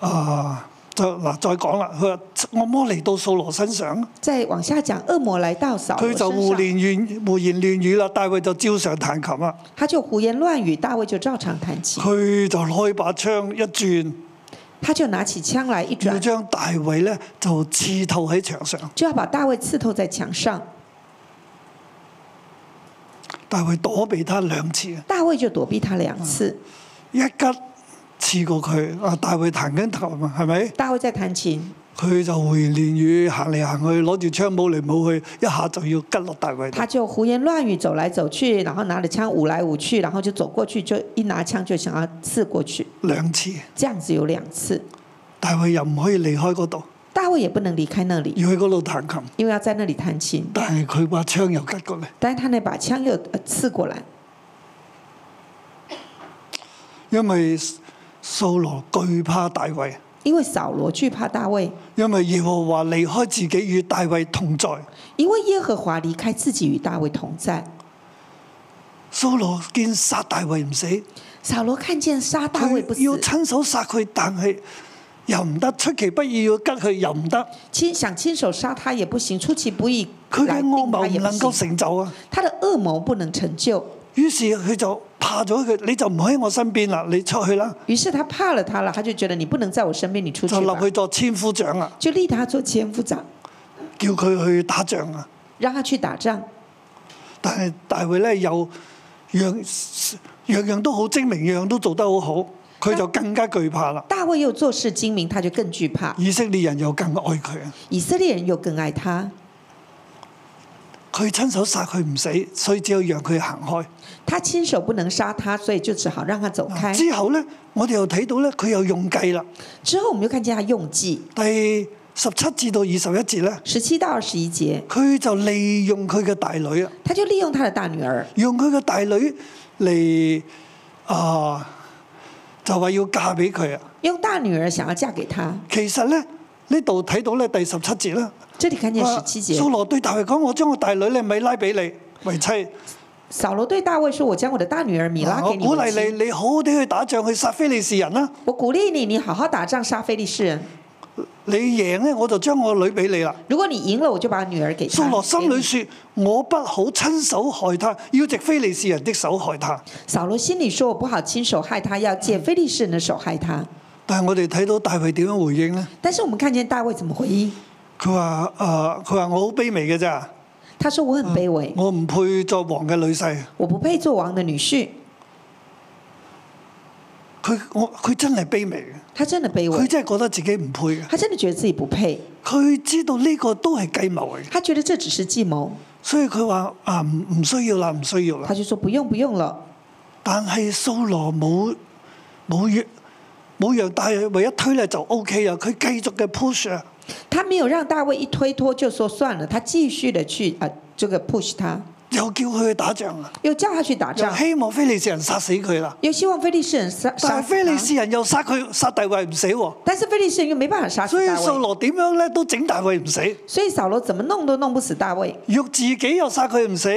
S2: 啊，再嗱再講啦。佢話惡魔嚟到掃羅身上，
S3: 再往下讲，恶魔来到扫罗
S2: 佢
S3: 身
S2: 就胡
S3: 上，
S2: 言亂胡言亂語啦。大衛就照常彈琴啦，
S3: 他就胡言乱语，大卫就照常弹琴，
S2: 佢就攞起把槍一轉，
S3: 他就拿起枪来一
S2: 要
S3: 转，
S2: 將大衛咧就刺透喺牆上。
S3: 就要把大卫刺透在墙上。
S2: 大衛躲避他兩次，
S3: 大卫就躲避他两次。
S2: 一吉刺過佢。啊，大衛彈緊琴啊，係咪？
S3: 大卫在弹琴，
S2: 佢就胡言亂語行嚟行去，攞住槍舞嚟舞去，一下就要吉落大衛度。
S3: 他就胡言乱语，走来走去，然后拿着枪舞来舞去，然后就走过去，就一拿枪就想要刺过去。
S2: 兩次，
S3: 这样子有两次，
S2: 大衛又唔可以離開嗰度，
S3: 大卫也不能离开那里，
S2: 要去嗰度彈琴。
S3: 因为要在那里弹琴。
S2: 但係佢把槍又吉過嚟，
S3: 但是他那把枪又呃刺过来，
S2: 因為掃羅懼怕大衛，
S3: 因為扫罗惧怕大卫，
S2: 因為耶和華離開自己與大衛同在。
S3: 因为耶和华离开自己与大卫同在。
S2: 掃羅見殺大衛唔死，
S3: 扫罗看见杀大卫不
S2: 佢要
S3: 死，
S2: 親手殺佢，但係又唔得，出其不意要吉佢又唔得，
S3: 亲想亲手杀他也不行，出其不意
S2: 佢嘅
S3: 来
S2: 惡
S3: 定他
S2: 謀
S3: 也
S2: 唔
S3: 不
S2: 能夠
S3: 行，
S2: 成就啊！
S3: 他的恶谋不能成就。
S2: 於是佢就怕咗佢，你就唔喺我身邊啦，你出去啦，
S3: 于是他怕了他了，他就觉得你不能在我身边，你出去
S2: 就立
S3: 吧，
S2: 佢作千夫長啊，
S3: 就立他做千夫长，
S2: 叫佢去打仗啊！
S3: 让他去打仗。
S2: 但係大衛咧又樣樣樣都好精明，樣樣都做得好好，佢就更加懼怕啦。
S3: 大卫又做事精明，他就更惧怕。
S2: 以色列人又更愛佢啊！
S3: 以色列人又更爱他，
S2: 佢親手殺佢唔死，所以只有讓佢行開。
S3: 他亲手不能杀他，所以就只好让他走开。
S2: 之後咧，我哋又睇到咧，佢又用計啦。
S3: 之后我们就看见他用计，
S2: 第十七至到二十一節咧，
S3: 十七到二十一节，
S2: 佢就利用佢嘅大女啊，
S3: 他就利用他的大女儿，
S2: 用佢嘅大女嚟啊，就話要嫁俾佢啊。
S3: 用大女儿想要嫁给他。
S2: 其實咧，呢度睇到咧第十七節啦。
S3: 这里看见十七节
S2: 掃，羅對大衛講：我將我大女咧米拉俾你為妻，啊
S3: 扫罗对大卫说：“我將我的大女儿米拉
S2: 我
S3: 给你
S2: 鼓
S3: 为
S2: 勵
S3: 妻，
S2: 你，你好好地去打仗去殺非利士人啦。
S3: 我鼓励你，你好好打仗杀非利士人。
S2: 你贏咧，我就將我女俾你啦。
S3: 如果你赢了，我就把女儿给他。”
S2: 掃羅心
S3: 啊
S2: 裏說：我不好親手害他，要藉非利士人的手害他。
S3: 扫罗心里说：“我不好亲手害他，要借非利士人的手害他。
S2: 但係我哋睇到大衛點樣回應呢？”
S3: 但是我们看见大卫怎么回应？
S2: 佢話：誒、佢話我好卑微嘅咋，
S3: 他说：“我很卑微，
S2: 我唔配作王嘅女婿。
S3: 我不配做王的女婿。
S2: 佢我佢真係卑微嘅，”
S3: 他真的卑
S2: 佢
S3: 微，
S2: 真係覺得自己唔配嘅。
S3: 他真的觉得自己不配，
S2: 佢知道呢個都係計謀嚟嘅，
S3: 他觉得这只是计谋，
S2: 所以佢話：啊，唔唔需要啦，唔需要啦
S3: 他。就说：“不用，不用了。
S2: 但係掃羅冇冇讓冇讓大衛一推咧就 O K 啦，佢繼續嘅 push 啊，”
S3: 他没有让大卫一推脱就说算了，他继续的去啊、呃这个 push 他，
S2: 又叫佢去打仗啊，
S3: 又叫他去打
S2: 又
S3: 仗，
S2: 希望非利士人殺死佢啦。
S3: 又希望非利士人杀杀
S2: 但係非利
S3: 死他，
S2: 士人又殺佢殺大衛唔死喎，
S3: 但是非利士人又没办法杀
S2: 所
S3: 死
S2: 以
S3: 啊大
S2: 掃
S3: 卫，
S2: 羅點樣咧都整大衛唔死，
S3: 所以扫罗怎么弄都弄不死大卫，
S2: 若自己又殺佢唔死，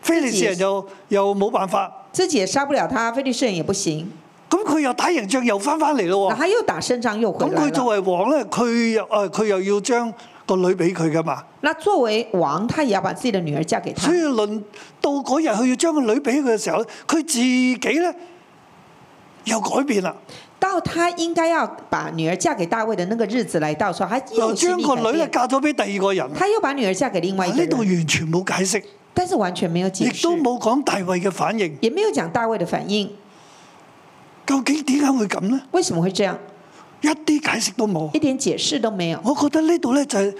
S2: 非利士人又又冇辦法，
S3: 自己也杀不了他，非利士人也不行，
S2: 咁佢又打贏仗又翻翻嚟咯
S3: 然后
S2: 喎。
S3: 他又打胜仗又回
S2: 咁
S3: 来
S2: 佢
S3: 了
S2: 作。為王咧，佢又誒佢又要將個女俾佢噶嘛，
S3: 那作为王，他也要把自己的女儿嫁给他
S2: 所以。輪到嗰日佢要將個女俾佢嘅時候咧，佢自己咧又改變啦。
S3: 到他應該要把女兒嫁給大衛的那個日子來到的時候，他
S2: 又
S3: 又心
S2: 將
S3: 意
S2: 個
S3: 改
S2: 女啊
S3: 變，
S2: 嫁咗俾第二個人。
S3: 他又把女兒嫁給另外一個
S2: 呢度
S3: 人，
S2: 完全冇解釋，
S3: 但是完全沒有解
S2: 亦都
S3: 釋，
S2: 冇講大衛嘅反應。
S3: 也沒有講大衛的反應，
S2: 究竟點解會咁呢？
S3: 為什麼會這樣？
S2: 一啲解釋都冇
S3: 一。點解釋都沒有。
S2: 我覺得呢度呢，就係、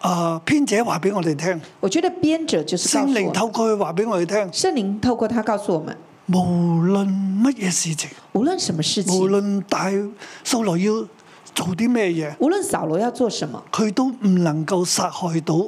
S2: 啊、編者話俾我哋聽，
S3: 我覺得編者就是告
S2: 聖
S3: 訴
S2: 靈
S3: 我們，
S2: 透過佢話俾我哋聽，
S3: 聖靈透過他告訴我們，
S2: 無論乜嘢事情，
S3: 無論什麼事情，
S2: 無論大掃羅要做啲咩嘢，
S3: 無論掃羅要做什麼，
S2: 佢都唔能夠殺害到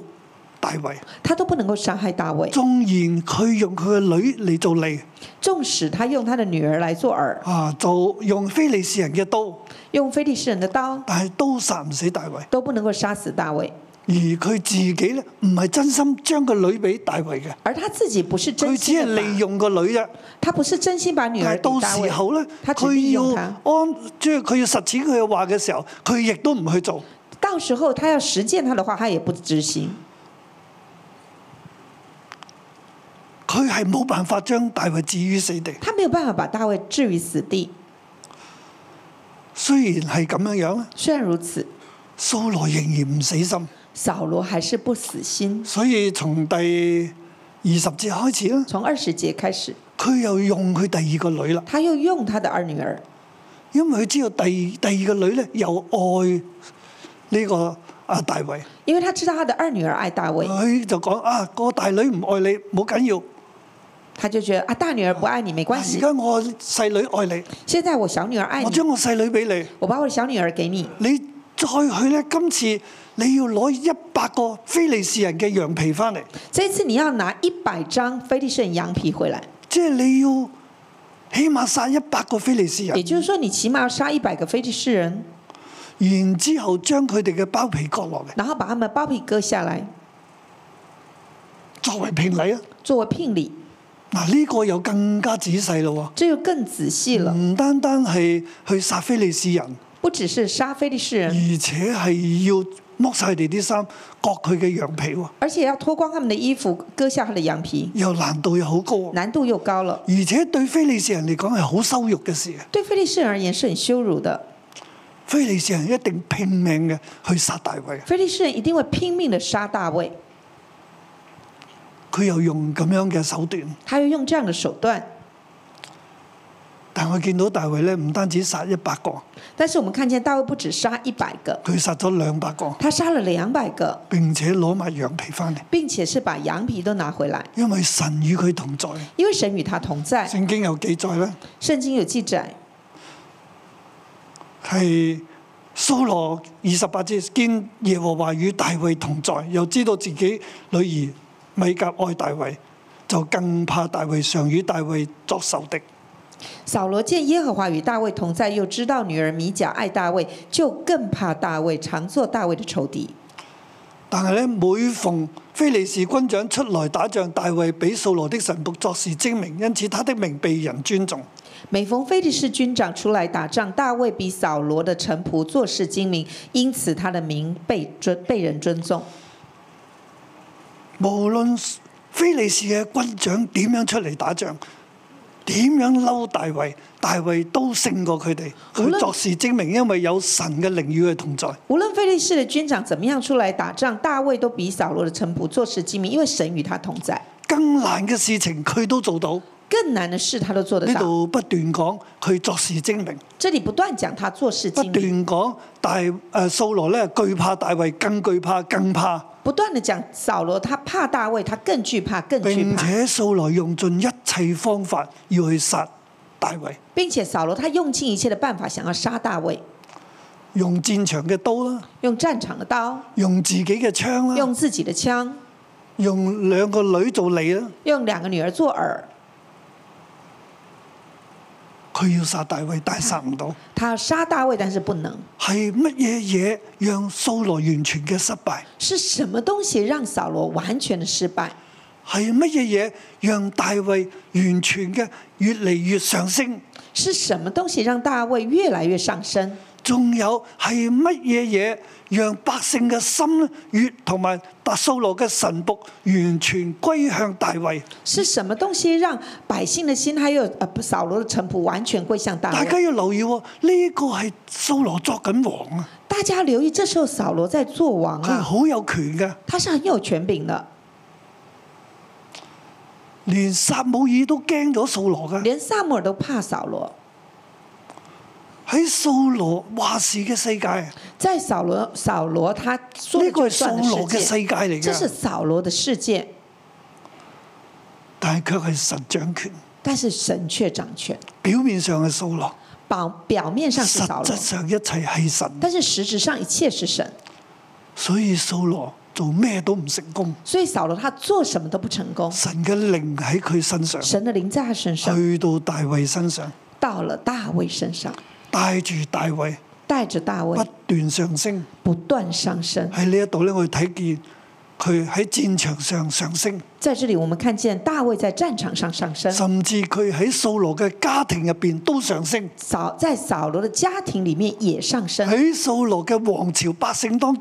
S2: 大衛。
S3: 他都不能夠傷害大衛。
S2: 縱然佢用佢嘅女嚟做利，
S3: 縱使他用他的女兒來做饵，
S2: 啊，就用非利士人嘅刀，
S3: 用非利士人的刀，
S2: 但係刀殺唔死大衛。
S3: 都不能夠殺死大衛。
S2: 而佢自己咧唔係真心將個女俾大衛嘅，
S3: 而他自己不是
S2: 佢
S3: 真
S2: 只
S3: 心
S2: 係
S3: 的
S2: 利用個女啫。
S3: 他不是真心把女
S2: 但
S3: 兒
S2: 係到
S3: 給大
S2: 時
S3: 衛，
S2: 候咧，
S3: 他只利
S2: 佢要
S3: 用他
S2: 安，即係佢要實踐佢嘅話嘅時候，佢亦都唔去做。
S3: 到時候他要實踐他的話，他也不執行，
S2: 佢係冇辦法將大衛置於死地。
S3: 他沒有辦法把大衛置於死地。
S2: 雖然係咁樣樣咧，
S3: 雖然如此，
S2: 掃羅仍然唔死心。
S3: 掃羅還是不死心。
S2: 所以從第二十節開始啦，
S3: 從二十節開始，
S2: 佢又用佢第二個女啦，
S3: 他又用他的二女兒，
S2: 因為佢知道第第二個女咧又愛呢個啊大衛。
S3: 因為他知道他的二女兒愛大衛，
S2: 佢就講啊，個大女唔愛你冇緊要，啊
S3: 他就覺得啊，大女兒不愛你沒關
S2: 而
S3: 係，
S2: 家我細女愛
S3: 現在我小女兒愛
S2: 你，
S3: 你
S2: 我，將我細女俾你，
S3: 我把我的小女兒給你，
S2: 你再去呢，今次你要攞一百個非利士人嘅羊皮翻嚟，
S3: 這一次你要拿一百張非利士人羊皮回來，
S2: 即係你要起碼殺一百個非利士
S3: 也
S2: 人，
S3: 就是說你起碼要殺一百個非利士人，
S2: 然之後將佢哋嘅包皮割落嚟
S3: 然後把他們包皮割下來
S2: 作為聘禮啊！
S3: 作為聘禮，
S2: 嗱，呢個又更加仔細咯
S3: 這就更仔細
S2: 喎，
S3: 了，
S2: 唔單單係去殺非利士人，
S3: 不只是殺非利士人。
S2: 而且係要剝晒佢哋啲衫，割佢嘅羊皮喎，
S3: 而且要脫光他們的衣服，割下他的羊皮，
S2: 又難度又好高喎。
S3: 難度又高了。
S2: 而且對非利士人嚟講係好羞辱嘅事。
S3: 對非利士人而言是很羞辱的，
S2: 非利士人一定拼命嘅去殺大衛，
S3: 非利士人一定會拼命的殺大衛，
S2: 佢又用咁樣嘅手段。
S3: 他又用這樣的手段。
S2: 但我見到大衛咧，唔單止殺一百個，
S3: 但是我們看見大衛不止殺一百個，
S2: 佢殺咗兩百個，
S3: 他殺了兩百個，
S2: 並且攞埋羊皮翻嚟，
S3: 並且是把羊皮都拿回來，
S2: 因為神與佢同在。
S3: 因為神與他同在。
S2: 聖經有記載咧，
S3: 聖經有記載，
S2: 係蘇羅二十八節見耶和華與大衛同在，又知道自己女兒米甲愛大衛，就更怕大衛常與大衛作仇敵。
S3: 掃羅見耶和華與大衛同在，又知道女兒米甲愛大衛，就更怕大衛，常做大衛的仇敵。
S2: 但係咧，每逢非利士軍長出來打仗，大衛比掃羅的神僕作事精明，因此他的名被人尊重。
S3: 每逢非利士軍长出来打仗，大卫比扫罗的臣仆做事精明，因此他的名被尊被人尊重。
S2: 無論非利士嘅軍長點樣出嚟打仗，點樣嬲大衛，大衛都勝過佢哋。
S3: 好
S2: 佢
S3: 啦
S2: 作事精明，因為有神嘅靈與佢同在。
S3: 无论非利士的军长怎么样出来打仗，大卫都比扫罗的臣仆做事精明，因为神与他同在。
S2: 更難嘅事情佢都做到。
S3: 更难的事他都做得
S2: 呢
S3: 到。
S2: 度不斷講佢作事精明，
S3: 这里不断讲他做事
S2: 不
S3: 精明，
S2: 斷講大呃誒掃羅咧懼怕大衛，更懼怕，更怕。
S3: 不断的讲扫罗他怕大衛，他更惧怕，更惧
S2: 並
S3: 怕，
S2: 且掃羅用盡一切方法要去殺大衛，
S3: 并且扫罗他用尽一切的办法想要杀大衛，
S2: 用戰場嘅刀啦，
S3: 用战场的刀，
S2: 用自己嘅槍啦，
S3: 用自己的枪，
S2: 用兩個女做你啦，
S3: 用两个女儿做饵，
S2: 佢要殺大衛，但係殺唔到。
S3: 他要杀大衛，但是不能。
S2: 係乜嘢嘢讓掃羅完全嘅失敗？
S3: 是什么东西让扫罗完全的失敗？
S2: 係乜嘢嘢讓大衛完全嘅越嚟越上升？
S3: 是什么东西让大卫越来越上升？
S2: 仲有係乜嘢嘢讓百姓嘅心悦同埋達蘇羅嘅神仆完全歸向大衛？
S3: 是什么东西让百姓的心还有呃不扫罗的臣仆完全归向大
S2: 大
S3: 卫？
S2: 家要留意喎，呢、個係蘇羅作緊王啊，
S3: 大家留意，这时候扫罗在做王
S2: 佢
S3: 啊，
S2: 好有權嘅，
S3: 他是很有权柄的，
S2: 連撒姆耳都驚咗掃羅嘅。
S3: 连萨姆尔都怕扫罗。
S2: 喺掃羅話事嘅世界，呢
S3: 在扫罗扫罗他说了
S2: 個
S3: 就
S2: 係
S3: 算
S2: 掃羅
S3: 的
S2: 嘅世
S3: 世界，
S2: 界嚟
S3: 这是
S2: 嘅，
S3: 扫罗的世界，
S2: 但係卻係神掌權。
S3: 但是神却掌权，
S2: 表面上係掃羅，
S3: 表表面上是
S2: 實
S3: 扫
S2: 質
S3: 罗，
S2: 上一切係神，
S3: 但是实质上一切是神。
S2: 所以掃羅做咩都唔成功。
S3: 所以扫罗他做什么都不成功，
S2: 神嘅靈喺佢身上，
S3: 神的灵在他身上，
S2: 去到大衛身上，
S3: 到了大卫身上，
S2: 帶住大衛
S3: 带着大
S2: 不
S3: 卫
S2: 斷上升。
S3: 不断上升。
S2: 喺呢一度咧，我哋睇見佢喺戰場上上升，
S3: 在这里，我们看见大卫在战场上上升，
S2: 甚至佢喺掃羅嘅家庭入邊都上升，
S3: 扫在扫罗的家庭里面也上升，
S2: 喺掃羅嘅王朝百姓當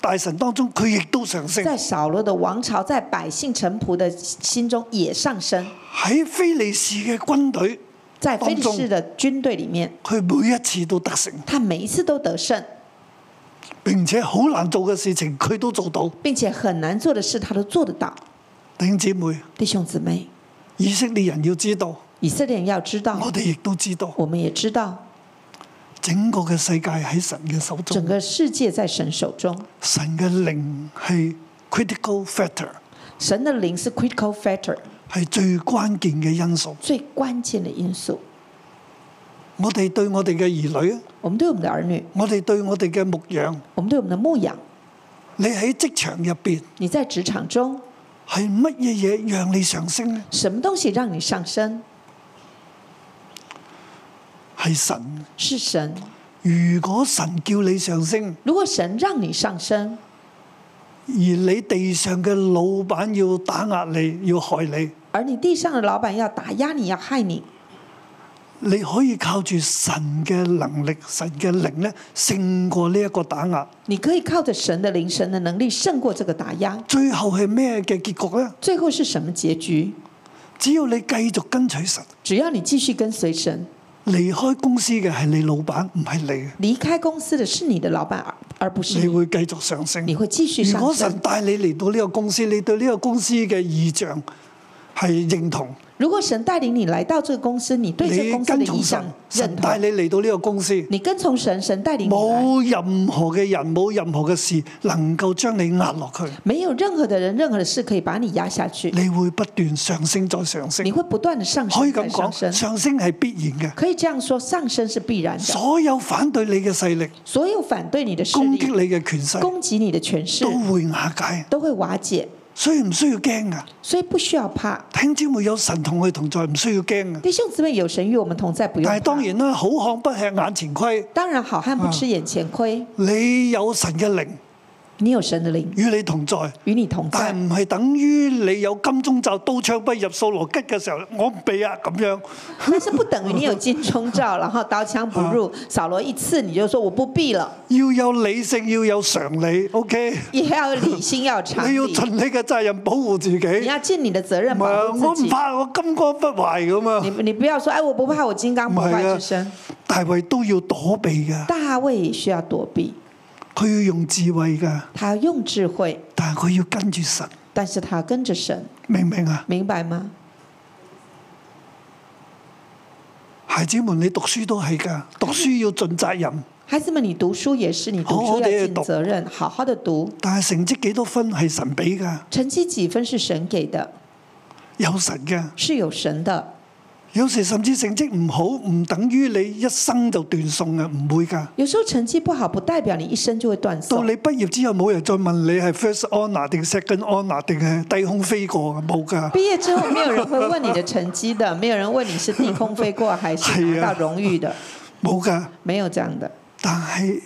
S2: 大臣當中，佢亦都上升。
S3: 在扫罗的王朝，在百姓臣仆的心中也上升，
S2: 喺非利士嘅軍隊，
S3: 在非
S2: 当
S3: 利
S2: 中
S3: 士的军队里面，
S2: 佢每一次都得勝，
S3: 他每一次都得胜，
S2: 並且好難做嘅事情佢都做到。
S3: 并且很难做的事他都做得到。
S2: 弟兄姊妹，
S3: 弟兄姊妹，
S2: 以色列人要知道，
S3: 以色列人要知道，
S2: 我哋亦都知道。
S3: 我们也知道
S2: 整個嘅世界喺神嘅手
S3: 整
S2: 中，
S3: 个世界在神手中，
S2: 神嘅靈係 critical factor，
S3: 神的灵是 critical factor
S2: 係最關鍵嘅因素。
S3: 最关键的因素。
S2: 我哋對我哋嘅兒女，
S3: 我们对我们的儿女，
S2: 我哋對我哋嘅牧養，
S3: 我们对我们的牧养，
S2: 你喺職場入邊
S3: 你在职场中。
S2: 係乜嘢嘢讓你上升呢？
S3: 什么东西让你上升？
S2: 係神。
S3: 是神。
S2: 如果神叫你上升，
S3: 如果神让你上升，
S2: 而你地上嘅老闆要打壓你，要害你，
S3: 而你地上的老板要打压你，要害你，
S2: 你可以靠住神嘅能力、神嘅靈咧，勝過呢一個打壓。
S3: 你可以靠着神的灵、神的能力胜过这个打压。
S2: 最後係咩嘅結局呢？
S3: 最后是什么结局？
S2: 只要你繼續跟隨神，
S3: 只要你继续跟随神，
S2: 離開公司嘅係你老闆，唔係你嘅，
S3: 离开公司的是你的老板，而而不是
S2: 你
S3: 你。
S2: 會繼續上升
S3: 你。会继续
S2: 如
S3: 上
S2: 果神
S3: 升。
S2: 帶你嚟到呢個公司，你對呢個公司嘅意象係認同，
S3: 如果神带领你来到这个公司，你对这个
S2: 你
S3: 公司的
S2: 跟
S3: 意
S2: 從
S3: 向
S2: 神，神
S3: 认
S2: 帶
S3: 同，
S2: 你嚟到呢個公司，
S3: 你跟从神，神带领你来，
S2: 冇任何嘅人，冇任何嘅事能夠將你壓落去，
S3: 没有任何的人、任何的事可以把你压下去，
S2: 你會不斷上升再上升
S3: 你。会不断的上
S2: 可以咁
S3: 升、再上
S2: 講，
S3: 升。
S2: 上升係必然嘅。
S3: 可以这样说，上升是必然的。
S2: 所有反對你嘅勢力、
S3: 所有反对你的势
S2: 攻
S3: 力、
S2: 擊你嘅權勢
S3: 攻擊你的权势
S2: 都，會瓦解，
S3: 都会瓦解，
S2: 所以唔需要驚㗎。
S3: 所以不需要怕。
S2: 聽朝會有神同佢同在，唔需要驚嘅。
S3: 弟兄姊妹，有神与我们同在，不用
S2: 但
S3: 怕。
S2: 係當，然啦，好漢不吃眼前虧。
S3: 当然，好汉不吃眼前亏。
S2: 你有神嘅靈
S3: 你有神的灵
S2: 與你同在，
S3: 与你同
S2: 但係，
S3: 在
S2: 唔係等於你有金鐘罩刀槍不入掃羅吉嘅時候，我唔避啊咁樣。
S3: 但是不等于你有金钟罩，然后刀枪不入，扫罗一刺你就说我不必了，
S2: 要有理性，要有常理。OK，
S3: 也要理性，要常
S2: 你要
S3: 理，
S2: 盡你嘅責任保護自己。
S3: 你
S2: 唔
S3: 要尽你的责任保
S2: 係我
S3: 护自
S2: 唔
S3: 己。
S2: 怕，我金剛不壞咁
S3: 你
S2: 啊。
S3: 你不要说，哎，我不怕，我金刚不坏之身。
S2: 大衛都要躲避㗎，
S3: 大卫也需要躲避，
S2: 佢要用智慧㗎，
S3: 他要用智慧，
S2: 但係佢要跟住神，
S3: 但是他跟着神，
S2: 明唔明啊？
S3: 明白吗？
S2: 孩子們，你讀書都係㗎，讀書要盡責任，
S3: 孩子们，你读书也是，你读
S2: 好好
S3: 书要
S2: 地
S3: 尽
S2: 读
S3: 责任，好好的读。
S2: 但係成績幾多分係神俾㗎，
S3: 成绩几分是神给的，
S2: 有神㗎。
S3: 是有神的。
S2: 有時甚至成績唔好，唔等於你一生就斷送嘅，唔會㗎。
S3: 有时候成绩不好，不代表你一生就会断
S2: 到
S3: 送
S2: 你。畢業之後，冇人再問你係 first honor 定 second honor 定係低空飛過㗎，冇㗎。
S3: 毕业之后，没有人会问你的成绩的，没有人问你是低空飞过还 是
S2: 是啊
S3: 拿到荣誉的，
S2: 冇㗎。
S3: 没有这样的。
S2: 但係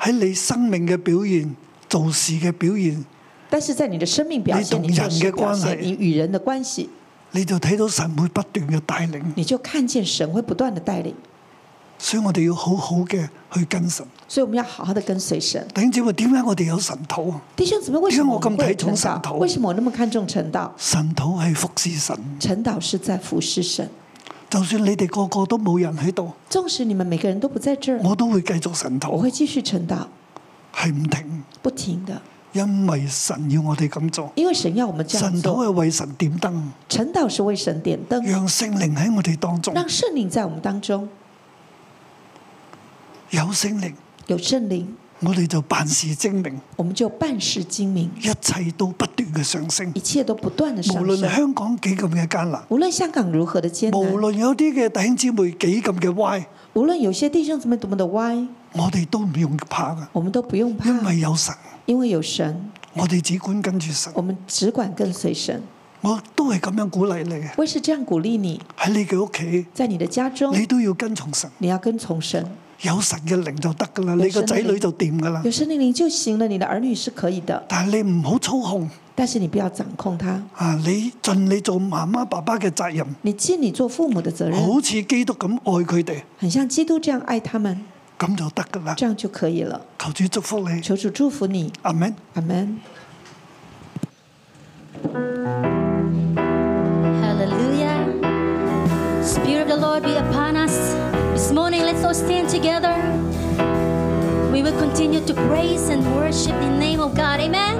S2: 喺你生命嘅表現、做事嘅表現，
S3: 但是在你的生命表现，
S2: 你
S3: 你
S2: 懂
S3: 做事
S2: 人嘅
S3: 表
S2: 关
S3: 现，
S2: 系
S3: 你与人的关系，
S2: 你就睇到神會不斷嘅帶領。
S3: 你就看见神会不断的带领。
S2: 所以我哋要好好嘅去跟神。
S3: 所以我们要好好的跟随神。
S2: 弟兄姊妹，點解我哋有神土啊？
S3: 弟兄姊妹，为什么我们
S2: 因为我
S3: 会
S2: 咁
S3: 有
S2: 睇重
S3: 晨
S2: 神道
S3: 祷？为什么我那么看重晨祷？
S2: 神土係服侍神，
S3: 晨祷是在服侍神，
S2: 就算你哋個個都冇人喺度，
S3: 纵使你们每个人都不在这儿，
S2: 我都會繼續神
S3: 我
S2: 土，
S3: 会继续晨祷，
S2: 係唔停，
S3: 不停的，
S2: 因為神要我哋咁做。
S3: 因为神要我们这样
S2: 神土
S3: 做。
S2: 係為神點燈，
S3: 晨祷是为神点灯，
S2: 讓聖靈喺我哋當中，
S3: 让圣灵在我们当中
S2: 有聖靈，
S3: 有圣灵，
S2: 我哋就辦事精明，
S3: 我们就办事精明，
S2: 一切都不斷嘅上升
S3: 一。切都不断的上
S2: 無論
S3: 升。
S2: 香港幾咁嘅艱難，
S3: 无论香港如何的艰
S2: 無
S3: 难，
S2: 論有啲嘅弟兄姊妹幾咁嘅歪，
S3: 无论有些弟兄姊妹多么的歪，
S2: 我哋都唔用怕噶，
S3: 我们都不用怕，
S2: 因為有神，
S3: 因为有神，
S2: 我哋只管跟住神。
S3: 我们只管跟随神。
S2: 我都係咁樣鼓勵你嘅，
S3: 我也是这样鼓励你，
S2: 喺你嘅屋企，
S3: 在你的家中，
S2: 你都要跟從神，
S3: 你要跟从神，
S2: 有神嘅靈就得噶啦，你
S3: 有
S2: 個
S3: 神嘅
S2: 仔
S3: 靈
S2: 女就掂噶啦
S3: 有。圣灵灵就行了。你的儿女是可以的，
S2: 但係你唔好操控
S3: 但是你不要掌控他，
S2: 啊！你盡你做媽媽爸爸嘅責任，
S3: 你尽你做父母的责任，
S2: 好似基督咁愛佢哋，
S3: 很像基督这样爱他们，
S2: 咁就得噶啦。
S3: 这样就可以了。
S2: 求主祝福你，
S3: 求主祝福你，
S2: 阿明。
S3: 阿门。
S4: Hallelujah. Spirit of the Lord be upon us. This morning, let's all stand together. We will continue to praise and worship the name of God. Amen.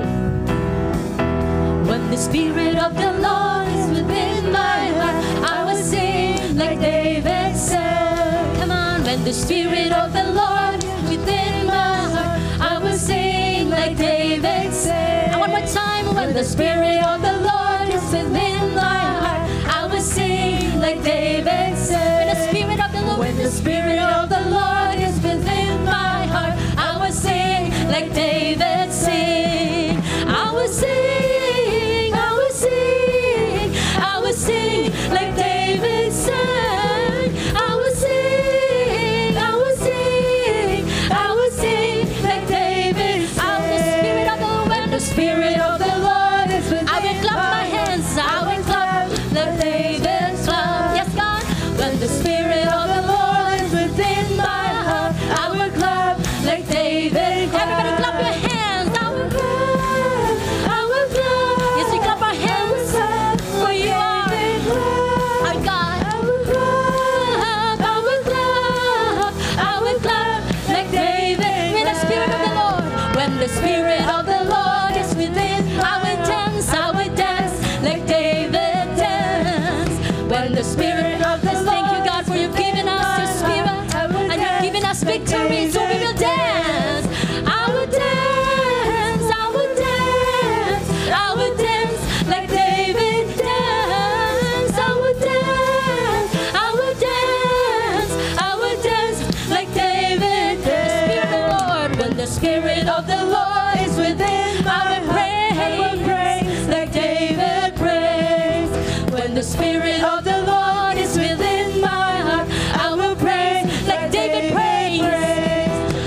S4: When the Spirit of the Lord is within my heart, I will sing like David said. Come on. When the Spirit of the Lord is within my heart, I will sing like David said. And one more time. When the Spirit of the Lord is within my heart, I will sing like David said. When the Spirit of the Lord, when the Spirit of the Lord is within my heart, I will sing like David sing. I will sing, I will sing, I will sing like David sang. I will sing, I will sing, I will sing like David sang. I will spirit of the Lord when the spirit of the Lord is within I will clap my hands, I will clap like David clap. Yes, God. When the spirit of the Lord is within my heart, I will clap like David clap. Everybody clap your hands. I will clap. I will clap. Yes, we clap our hands for you are our God. I will clap. I will clap. I will clap like David. When the spirit of the Lord, when the spirit of the Lord is within, I will dance. I will dance like David dance. When the spirit of the Lord, thank you God for you've given us your spirit and you've given us victory, so we will dance. I will dance. I will dance. I will dance like David danced. I will dance. I will dance. I will dance like David danced. Spirit of the Lord, when the Spirit of the Lord is within, I will praise. I will praise like David prays. When the Spirit of the Lord is within my heart, I will praise like David prays.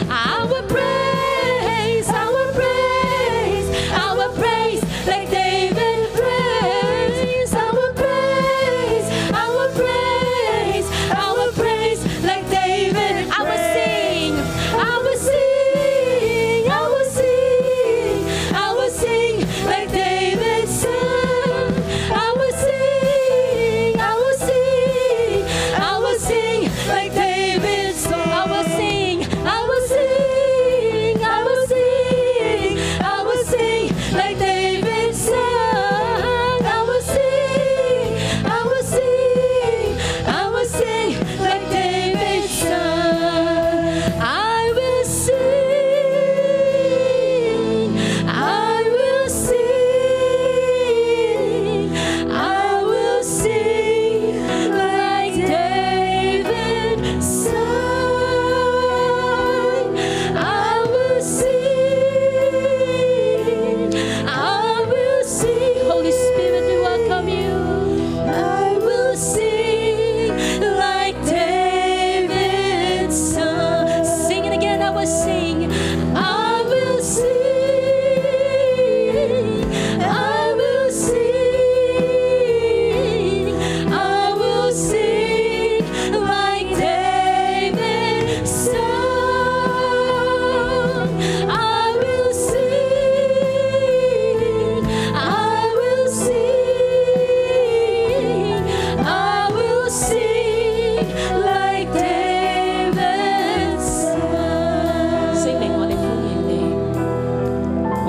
S4: I will praise, I will praise, I will praise like David praise. I will praise, I will praise, I will praise like David. I will sing, I will sing, I will sing.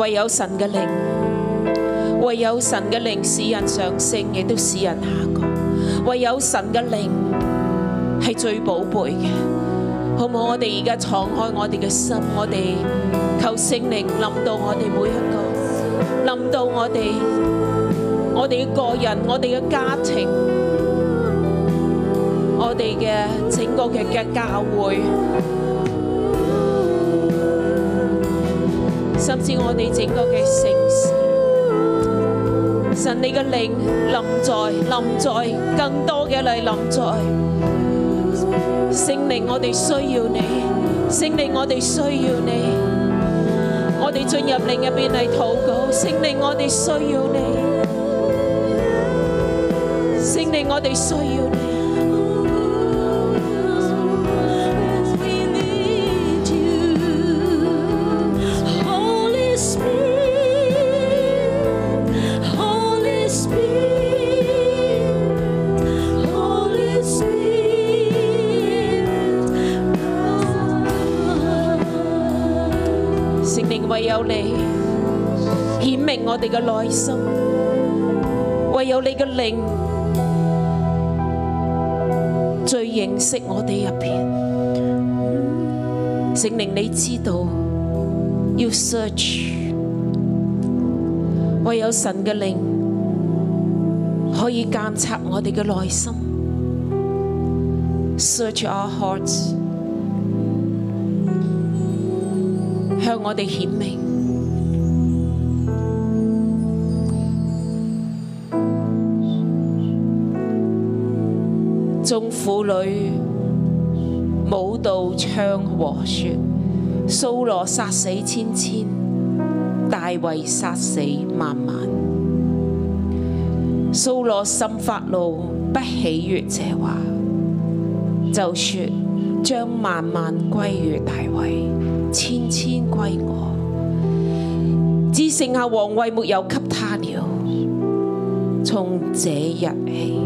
S5: 有神嘅靈，唯有神嘅靈使人上升，亦都使人下降。唯有神嘅靈係最寶貝嘅，好唔好？我哋而家敞開我哋嘅心，我哋求聖靈臨到我哋每一個，臨到我哋，我哋嘅個人，我哋嘅家庭，我哋嘅整個嘅嘅教會。甚至我哋整個嘅城市。神你嘅靈臨在，臨在，更多嘅嚟臨在。聖靈，我哋需要你，聖靈，我哋需要你。我哋進入靈入邊嚟禱告，聖靈，我哋需要你，聖靈，我哋需要你。
S4: We need you, Holy Spirit, Holy Spirit, Holy Spirit.
S5: 聖靈唯有你顯明我哋嘅內心，唯有你嘅靈最認識我哋入邊。聖靈你知道要 search，唯有神嘅靈可以監察我哋嘅內心，search our hearts。向我哋顯明。眾婦女舞蹈唱和說：掃羅殺死千千，大衛殺死萬萬。掃羅甚發怒，不喜悦這話，就說將萬萬歸於大衛，千千歸我，只剩下王位沒有給他了。從這日起，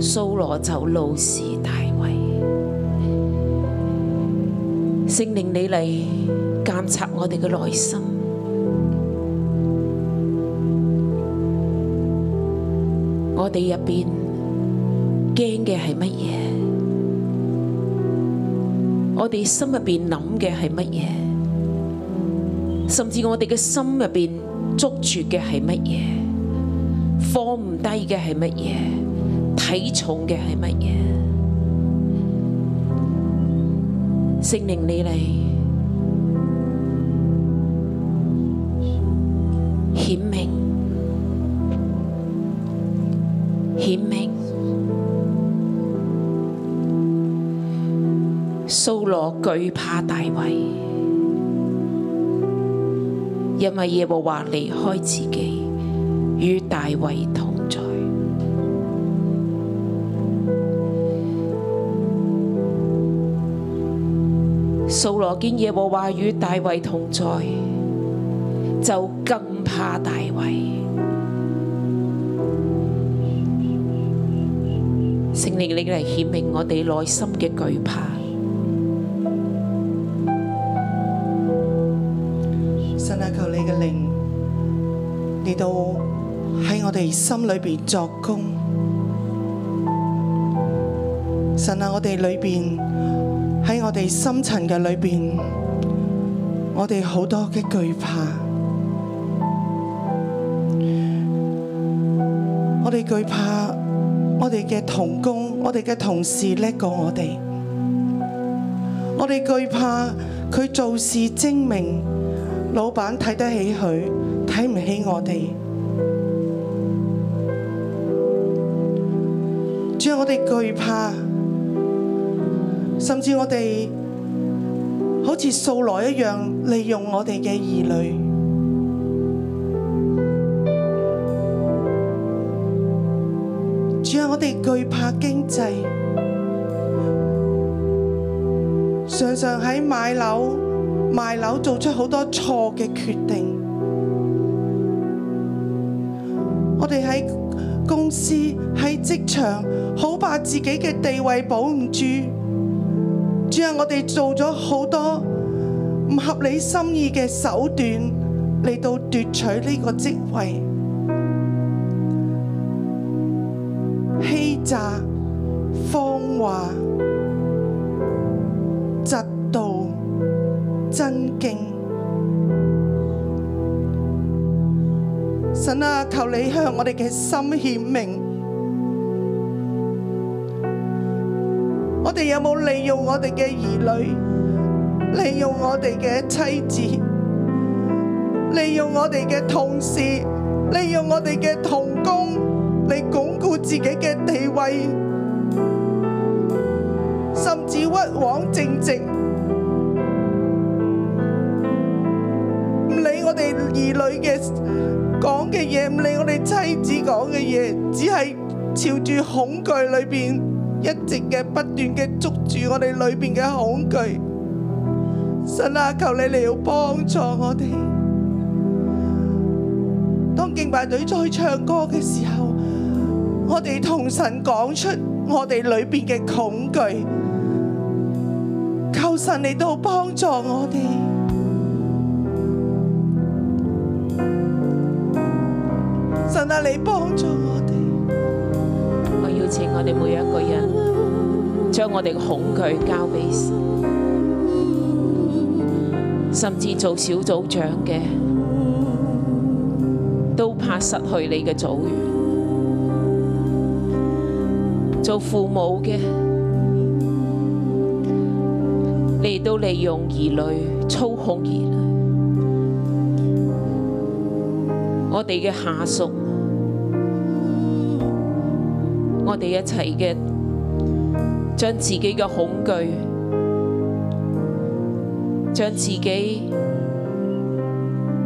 S5: 掃羅就怒視大衛。聖靈你嚟監察我哋嘅內心，我哋入邊驚嘅係乜嘢？我哋心入邊諗嘅係乜嘢，甚至我哋嘅心入邊捉住嘅係乜嘢，放唔低嘅係乜嘢，睇重嘅係乜嘢。聖靈你嚟顯明，顯明。掃羅懼怕大衛，因為耶和華離開自己，與大衛同在。掃羅見耶和華與大衛同在，就更怕大衛。聖靈你嚟顯明我哋內心嘅懼怕。
S6: 神啊，求你嘅靈嚟到喺我哋心裏邊作工。神啊，我哋裏邊喺我哋深層嘅裏邊，我哋好多嘅懼怕，我哋懼怕我哋嘅同工、我哋嘅同事叻過我哋，我哋懼怕佢做事精明。老闆睇得起佢，睇唔起我哋。主要我哋懼怕，甚至我哋好似掃羅一樣利用我哋嘅兒女。主要啊我哋懼怕經濟，常常喺買樓。賣樓做出好多錯嘅決定。我哋喺公司喺職場，好怕自己嘅地位保唔住。主啊，我哋做咗好多唔合理心意嘅手段，嚟到奪取呢個職位，欺詐、謊話、嫉妒、爭競。神啊，求你向我哋嘅心顯明，我哋有冇利用我哋嘅兒女，利用我哋嘅妻子？利用我哋嘅同事，利用我哋嘅同工嚟鞏固自己嘅地位，甚至屈枉正直，唔理我哋兒女嘅講嘅嘢，唔理我哋妻子講嘅嘢，只係朝住恐懼裏邊一直嘅不斷嘅捉住我哋裏邊嘅恐懼。神啊，求你嚟到幫助我哋。當敬拜隊再唱歌嘅時候，我哋同神講出我哋裏邊嘅恐懼，求神嚟到幫助我哋。神啊，你幫助我哋。
S5: 我邀請我哋每一個人，將我哋嘅恐懼交俾神，甚至做小組長嘅，都怕失去你嘅組員；做父母嘅，你都利用兒女操控兒女，我哋嘅下屬。我哋一齊嘅將自己嘅恐懼，將自己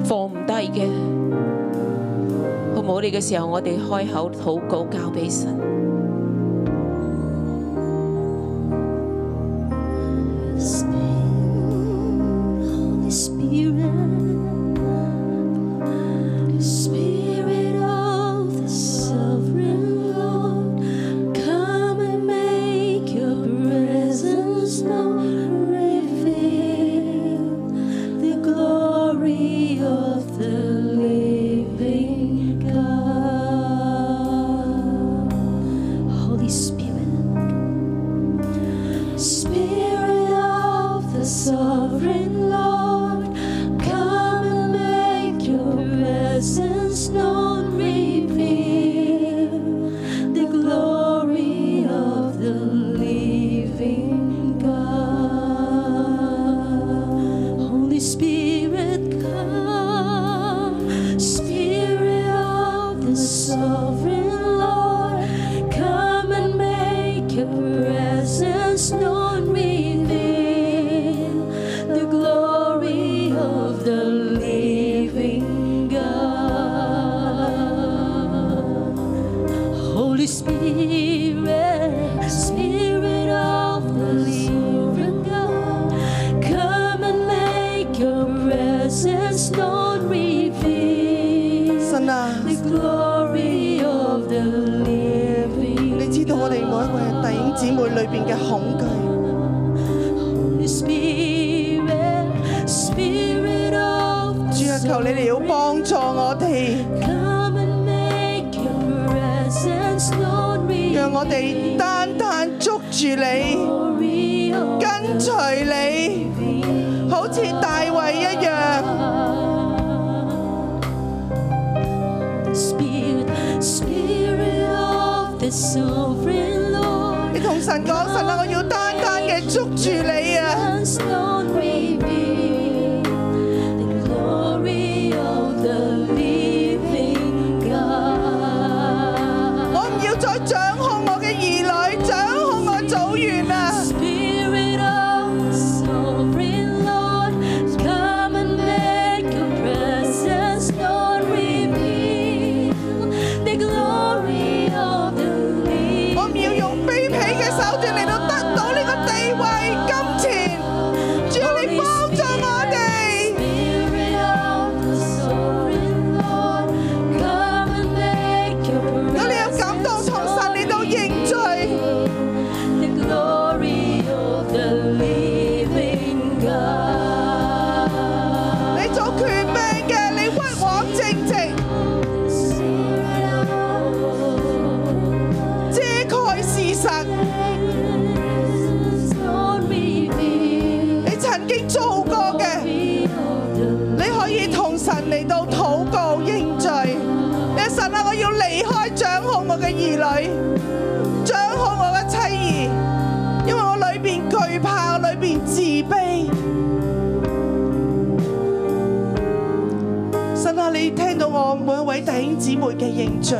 S5: 放唔低嘅，好唔好？呢個時候，我哋開口禱告，交俾神。
S4: Holy Spirit, Spirit of the Sovereign Lord, come and make your presence known. Reveal the glory of the living God. Holy Spirit. Spirit of the sovereign Lord, come and make your presence known. Reveal the glory of the living God. Holy Spirit, come. Spirit of the sovereign Lord, come and make your presence known. Reveal the glory of the living God. Holy Spirit, Spirit of the living God, come and make your presence known. Reveal
S6: 神啊，
S4: the glory of the living
S6: 你知道我哋每一個人弟兄姊妹裏邊嘅恐懼，
S4: Holy Spirit, Spirit of
S6: 主啊，求你嚟到幫助我哋，
S4: Come and make your presence known.
S6: 讓我哋單單捉住你，
S4: glory of
S6: 跟隨你。好似大衛一樣，
S4: Spirit, Spirit of the Sovereign Lord.
S6: 你同神講神啊，我要單單嘅捉住你啊！我唔要再掌控我嘅兒女，掌控我組員啊！
S4: Spirit of the Sovereign Lord, come and make your presence known. Reveal the glory of the
S6: 我唔要
S4: living
S6: 用卑鄙嘅手段嚟到得到呢個地位、金錢、啊惧怕，裏边自卑。神啊，你聽到我每一位弟兄姊妹嘅認罪，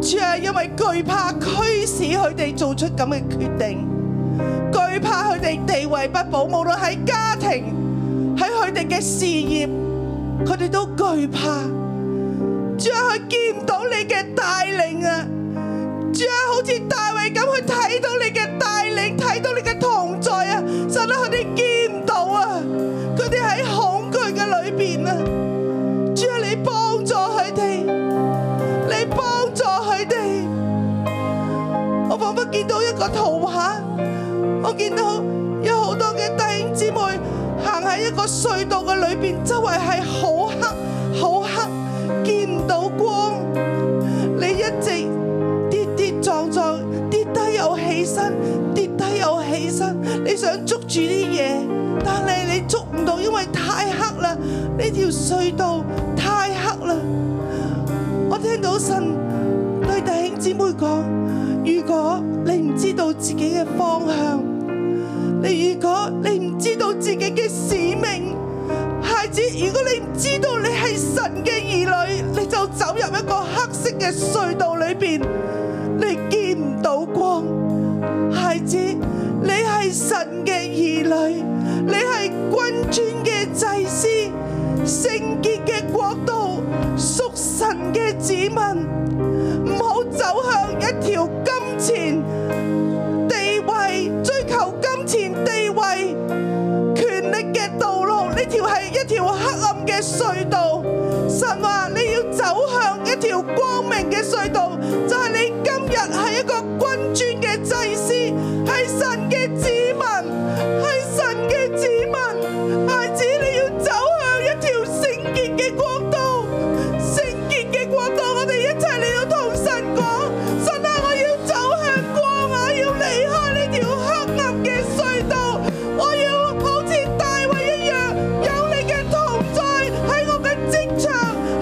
S6: 主啊，因為懼怕驅使佢哋做出咁嘅決定，懼怕佢哋地位不保，無論喺家庭、喺佢哋嘅事業，佢哋都懼怕。主啊，佢見唔到你嘅帶領啊！主啊，好似大衛咁去睇到你嘅帶領，睇到你嘅同在啊！神啊，佢哋見唔到啊，佢哋喺恐懼嘅裏邊啊！主啊，你幫助佢哋，你幫助佢哋。我仿佛見到一個圖畫，我見到有好多嘅弟兄姊妹行喺一個隧道嘅裏邊，周圍係好黑，好黑，見唔到光。你一直跌跌撞撞，跌低又起身，跌低又起身。你想捉住啲嘢，但係你捉唔到，因為太黑啦。呢條隧道太黑啦。我聽到神對弟兄姊妹講：如果你唔知道自己嘅方向，你如果你唔知道自己嘅使命，孩子，如果你唔知道你係神嘅兒女，你就走入一個黑色嘅隧道裏邊，你見唔到光。孩子，你係神嘅兒女，你係君尊嘅祭司，聖潔嘅國度，屬神嘅子民，唔好走向一條金錢地位，追求金錢地位。權力嘅道路，呢條係一條黑暗嘅隧道。神話你要走向一條光明嘅隧道，就係、你今日係一個君尊嘅祭司，係神嘅子民，係神嘅子民。孩子，你要走向一條聖潔嘅國度，聖潔嘅國度，我哋一齊嚟到同神講：神啊，我要走向光啊，要離開呢條黑暗嘅隧道。我要好似大衛一樣，有你嘅同在喺我嘅職場，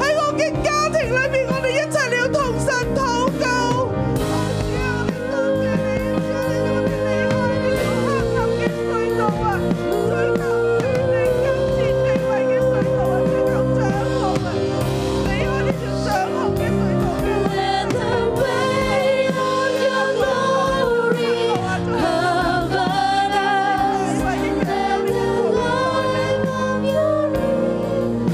S6: 喺我嘅家庭裏面，我哋一齊嚟到同神禱告。主啊，我哋多謝你，主啊，你我哋離開呢條黑暗嘅隧道啊，追求權力、金錢、地位嘅隧道啊，追求掌控啊，離開呢條掌控嘅隧道啊。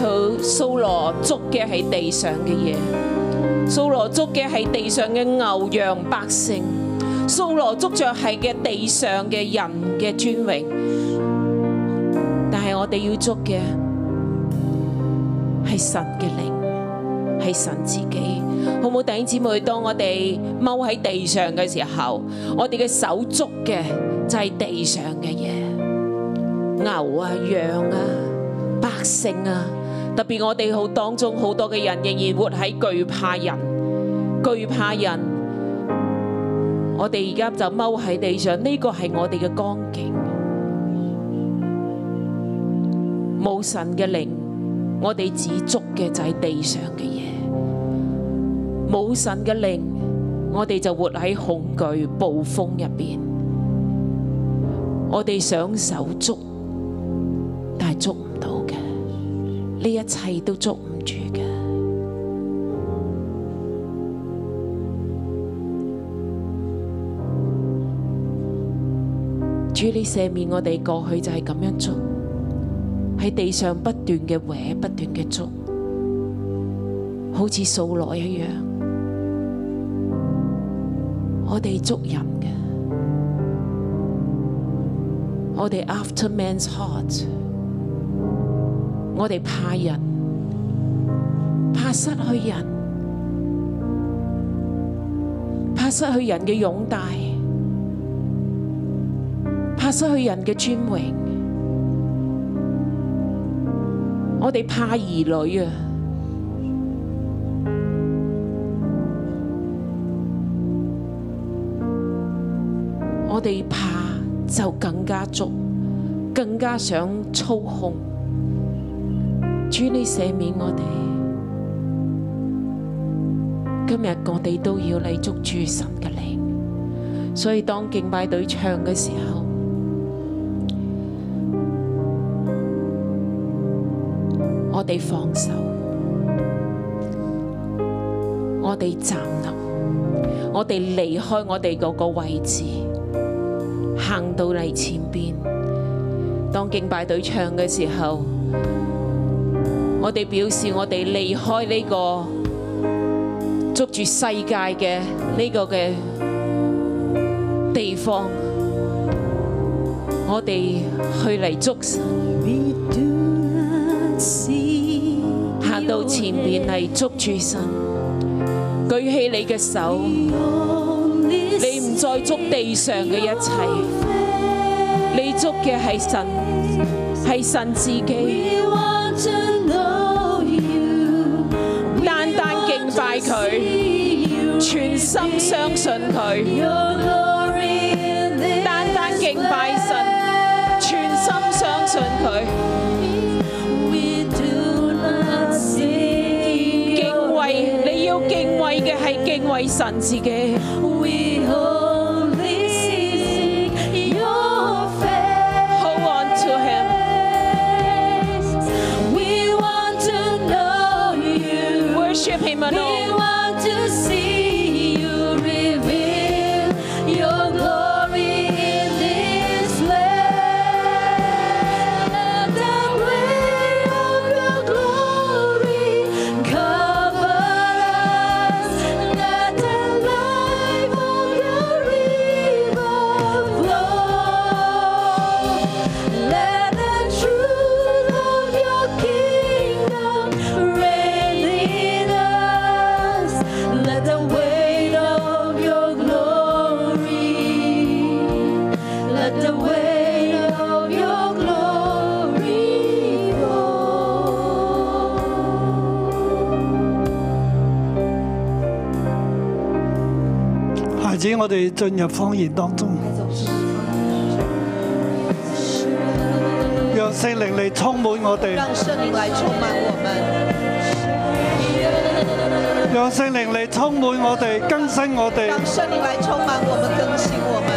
S5: 佢蘇羅捉嘅係地上嘅嘢，蘇羅捉嘅係地上嘅牛羊百姓，蘇羅捉着係嘅地上嘅人嘅尊榮，但係我哋要捉嘅係神嘅靈。係神自己，好唔好？弟兄姊妹，當我哋踎喺地上嘅時候，我哋嘅手捉嘅就係地上嘅嘢。牛啊、羊啊、百姓啊，特別我哋好當中好多嘅人仍然活喺懼怕人、懼怕人。我哋而家就踎喺地上，呢個係我哋嘅光景。冇神嘅靈，我哋只捉嘅就係地上嘅嘢；冇神嘅靈，我哋就活喺恐懼、暴風入邊。我哋想手捉，但係捉唔到嘅，呢一切都捉唔住嘅。主，你赦免我哋過去就係咁樣捉，喺地上不斷嘅搲，不斷嘅捉，好似掃羅一樣，我哋捉人嘅。我哋 after man's heart，我哋怕人，怕失去人，怕失去人嘅擁戴，怕失去人嘅尊榮，我哋怕兒女啊！我哋怕就更加足，更加想操控。主你赦免我哋，今日我哋都要嚟捉住神嘅靈，所以當敬拜隊唱嘅時候，我哋放手，我哋站立，我哋離開我哋嗰個位置，行到嚟前邊。當敬拜隊唱嘅時候，我哋表示我哋離開呢個捉住世界嘅呢個嘅地方，我哋去嚟捉行到前面嚟捉住神，舉起你嘅手，你唔再捉地上嘅一切，你捉嘅係神，係神自己，單單敬拜佢，全心相信佢。單單敬拜神，全心相信佢，敬畏你要敬畏嘅係敬畏神自己，Hold on to Him, worship Him alone.
S4: Let the truth of your kingdom reign in us. Let the weight of your glory, let the weight of your glory fall.
S2: 孩子，我哋進入方言當中，讓聖靈嚟充滿我哋，
S3: 让圣灵来充满我们，
S2: 讓聖靈嚟充滿我哋，更新我哋。
S3: 让圣灵来充满我们，更新我们。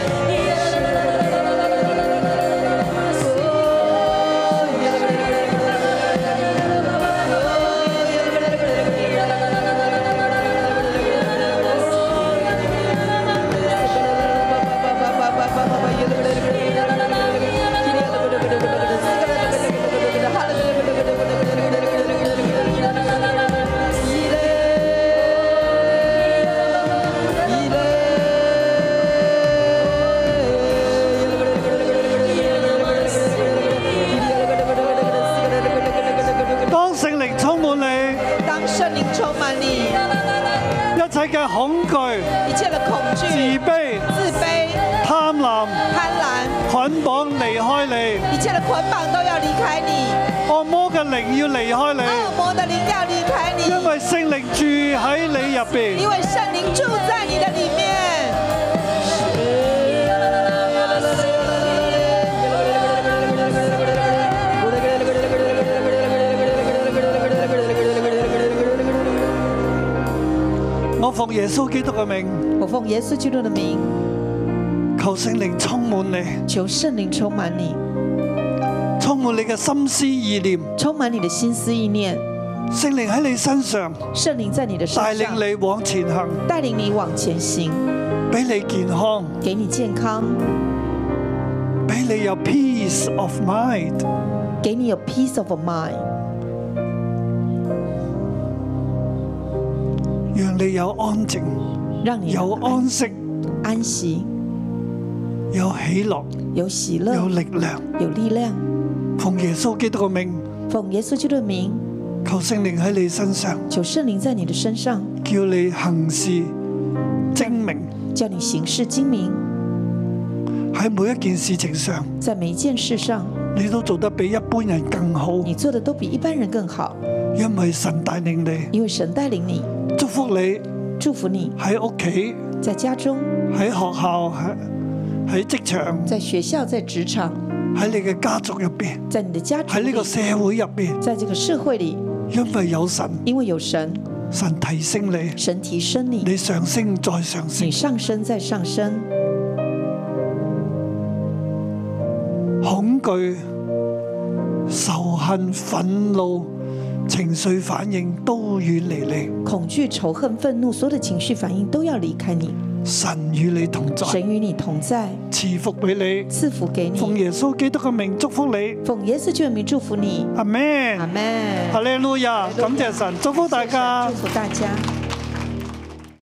S2: 當聖靈充滿你，
S3: 当圣灵充满你，
S2: 一切嘅恐懼、
S3: 一切的恐
S2: 自
S3: 惧、
S2: 卑、
S3: 自卑、
S2: 貪婪、
S3: 贪婪，
S2: 捆綁離開你，
S3: 一切的捆绑都要离开你，
S2: 惡魔嘅靈要離開
S3: 恶
S2: 你，
S3: 魔的灵要离开你，
S2: 因為聖靈住喺你入邊。
S3: 因为圣灵住在你的里面。
S2: 我奉耶穌基督嘅名，
S3: 我奉耶稣基督的名，
S2: 求聖靈充滿你，
S3: 求圣灵充满你，
S2: 充滿你嘅心思意念。
S3: 充满你的心思意念，
S2: 聖靈喺你身上
S3: 圣灵在你的身
S2: 帶
S3: 上
S2: 領你往前行，
S3: 带领你往前行，
S2: 俾你健康，
S3: 给你健康，
S2: 俾你有 peace of mind。
S3: 给你有 peace of mind，
S2: 讓你有安靜，
S3: 让你
S2: 有安息，
S3: 安息，
S2: 有喜樂，
S3: 有喜乐，
S2: 有力量。
S3: 有力量。
S2: 奉耶穌基督嘅名，
S3: 奉耶稣基督的名，
S2: 求聖靈喺你身上，
S3: 求圣灵在你的身上，
S2: 叫你行事精明，
S3: 叫你行事精明，
S2: 喺每一件事情上，
S3: 在每一件事上，
S2: 你都做得比一般人更好，
S3: 你做的都比一般人更好，
S2: 因為神帶領你。
S3: 因为神带领你，
S2: 祝福你
S3: 祝福你
S2: 喺屋企、
S3: 在家中、
S2: 喺學校、喺喺職場、
S3: 在学校、在职场、
S2: 喺你嘅家族入邊。
S3: 在你的家族
S2: 喺呢
S3: 里
S2: 個社會入邊，
S3: 在这个社会里，
S2: 因為有神，
S3: 因为有神，
S2: 神提升你，
S3: 神提升你，
S2: 你上升再上升
S3: 你。上升再上升，嗯
S2: 恐懼、仇恨、憤怒、情緒反應都遠離你。
S3: 恐惧、仇恨、愤怒，所有的情绪反应都要离开你。
S2: 神與你同在，
S3: 神与你同在，
S2: 賜福俾
S3: 赐福给
S2: 你，奉
S3: 你。
S2: 耶穌基督嘅名祝福你。
S3: 奉耶稣救名祝福你，
S2: 阿 m
S3: 阿
S2: n
S3: 门。
S2: 哈利路亞，感謝神，祝福大家
S3: 祝。福大家。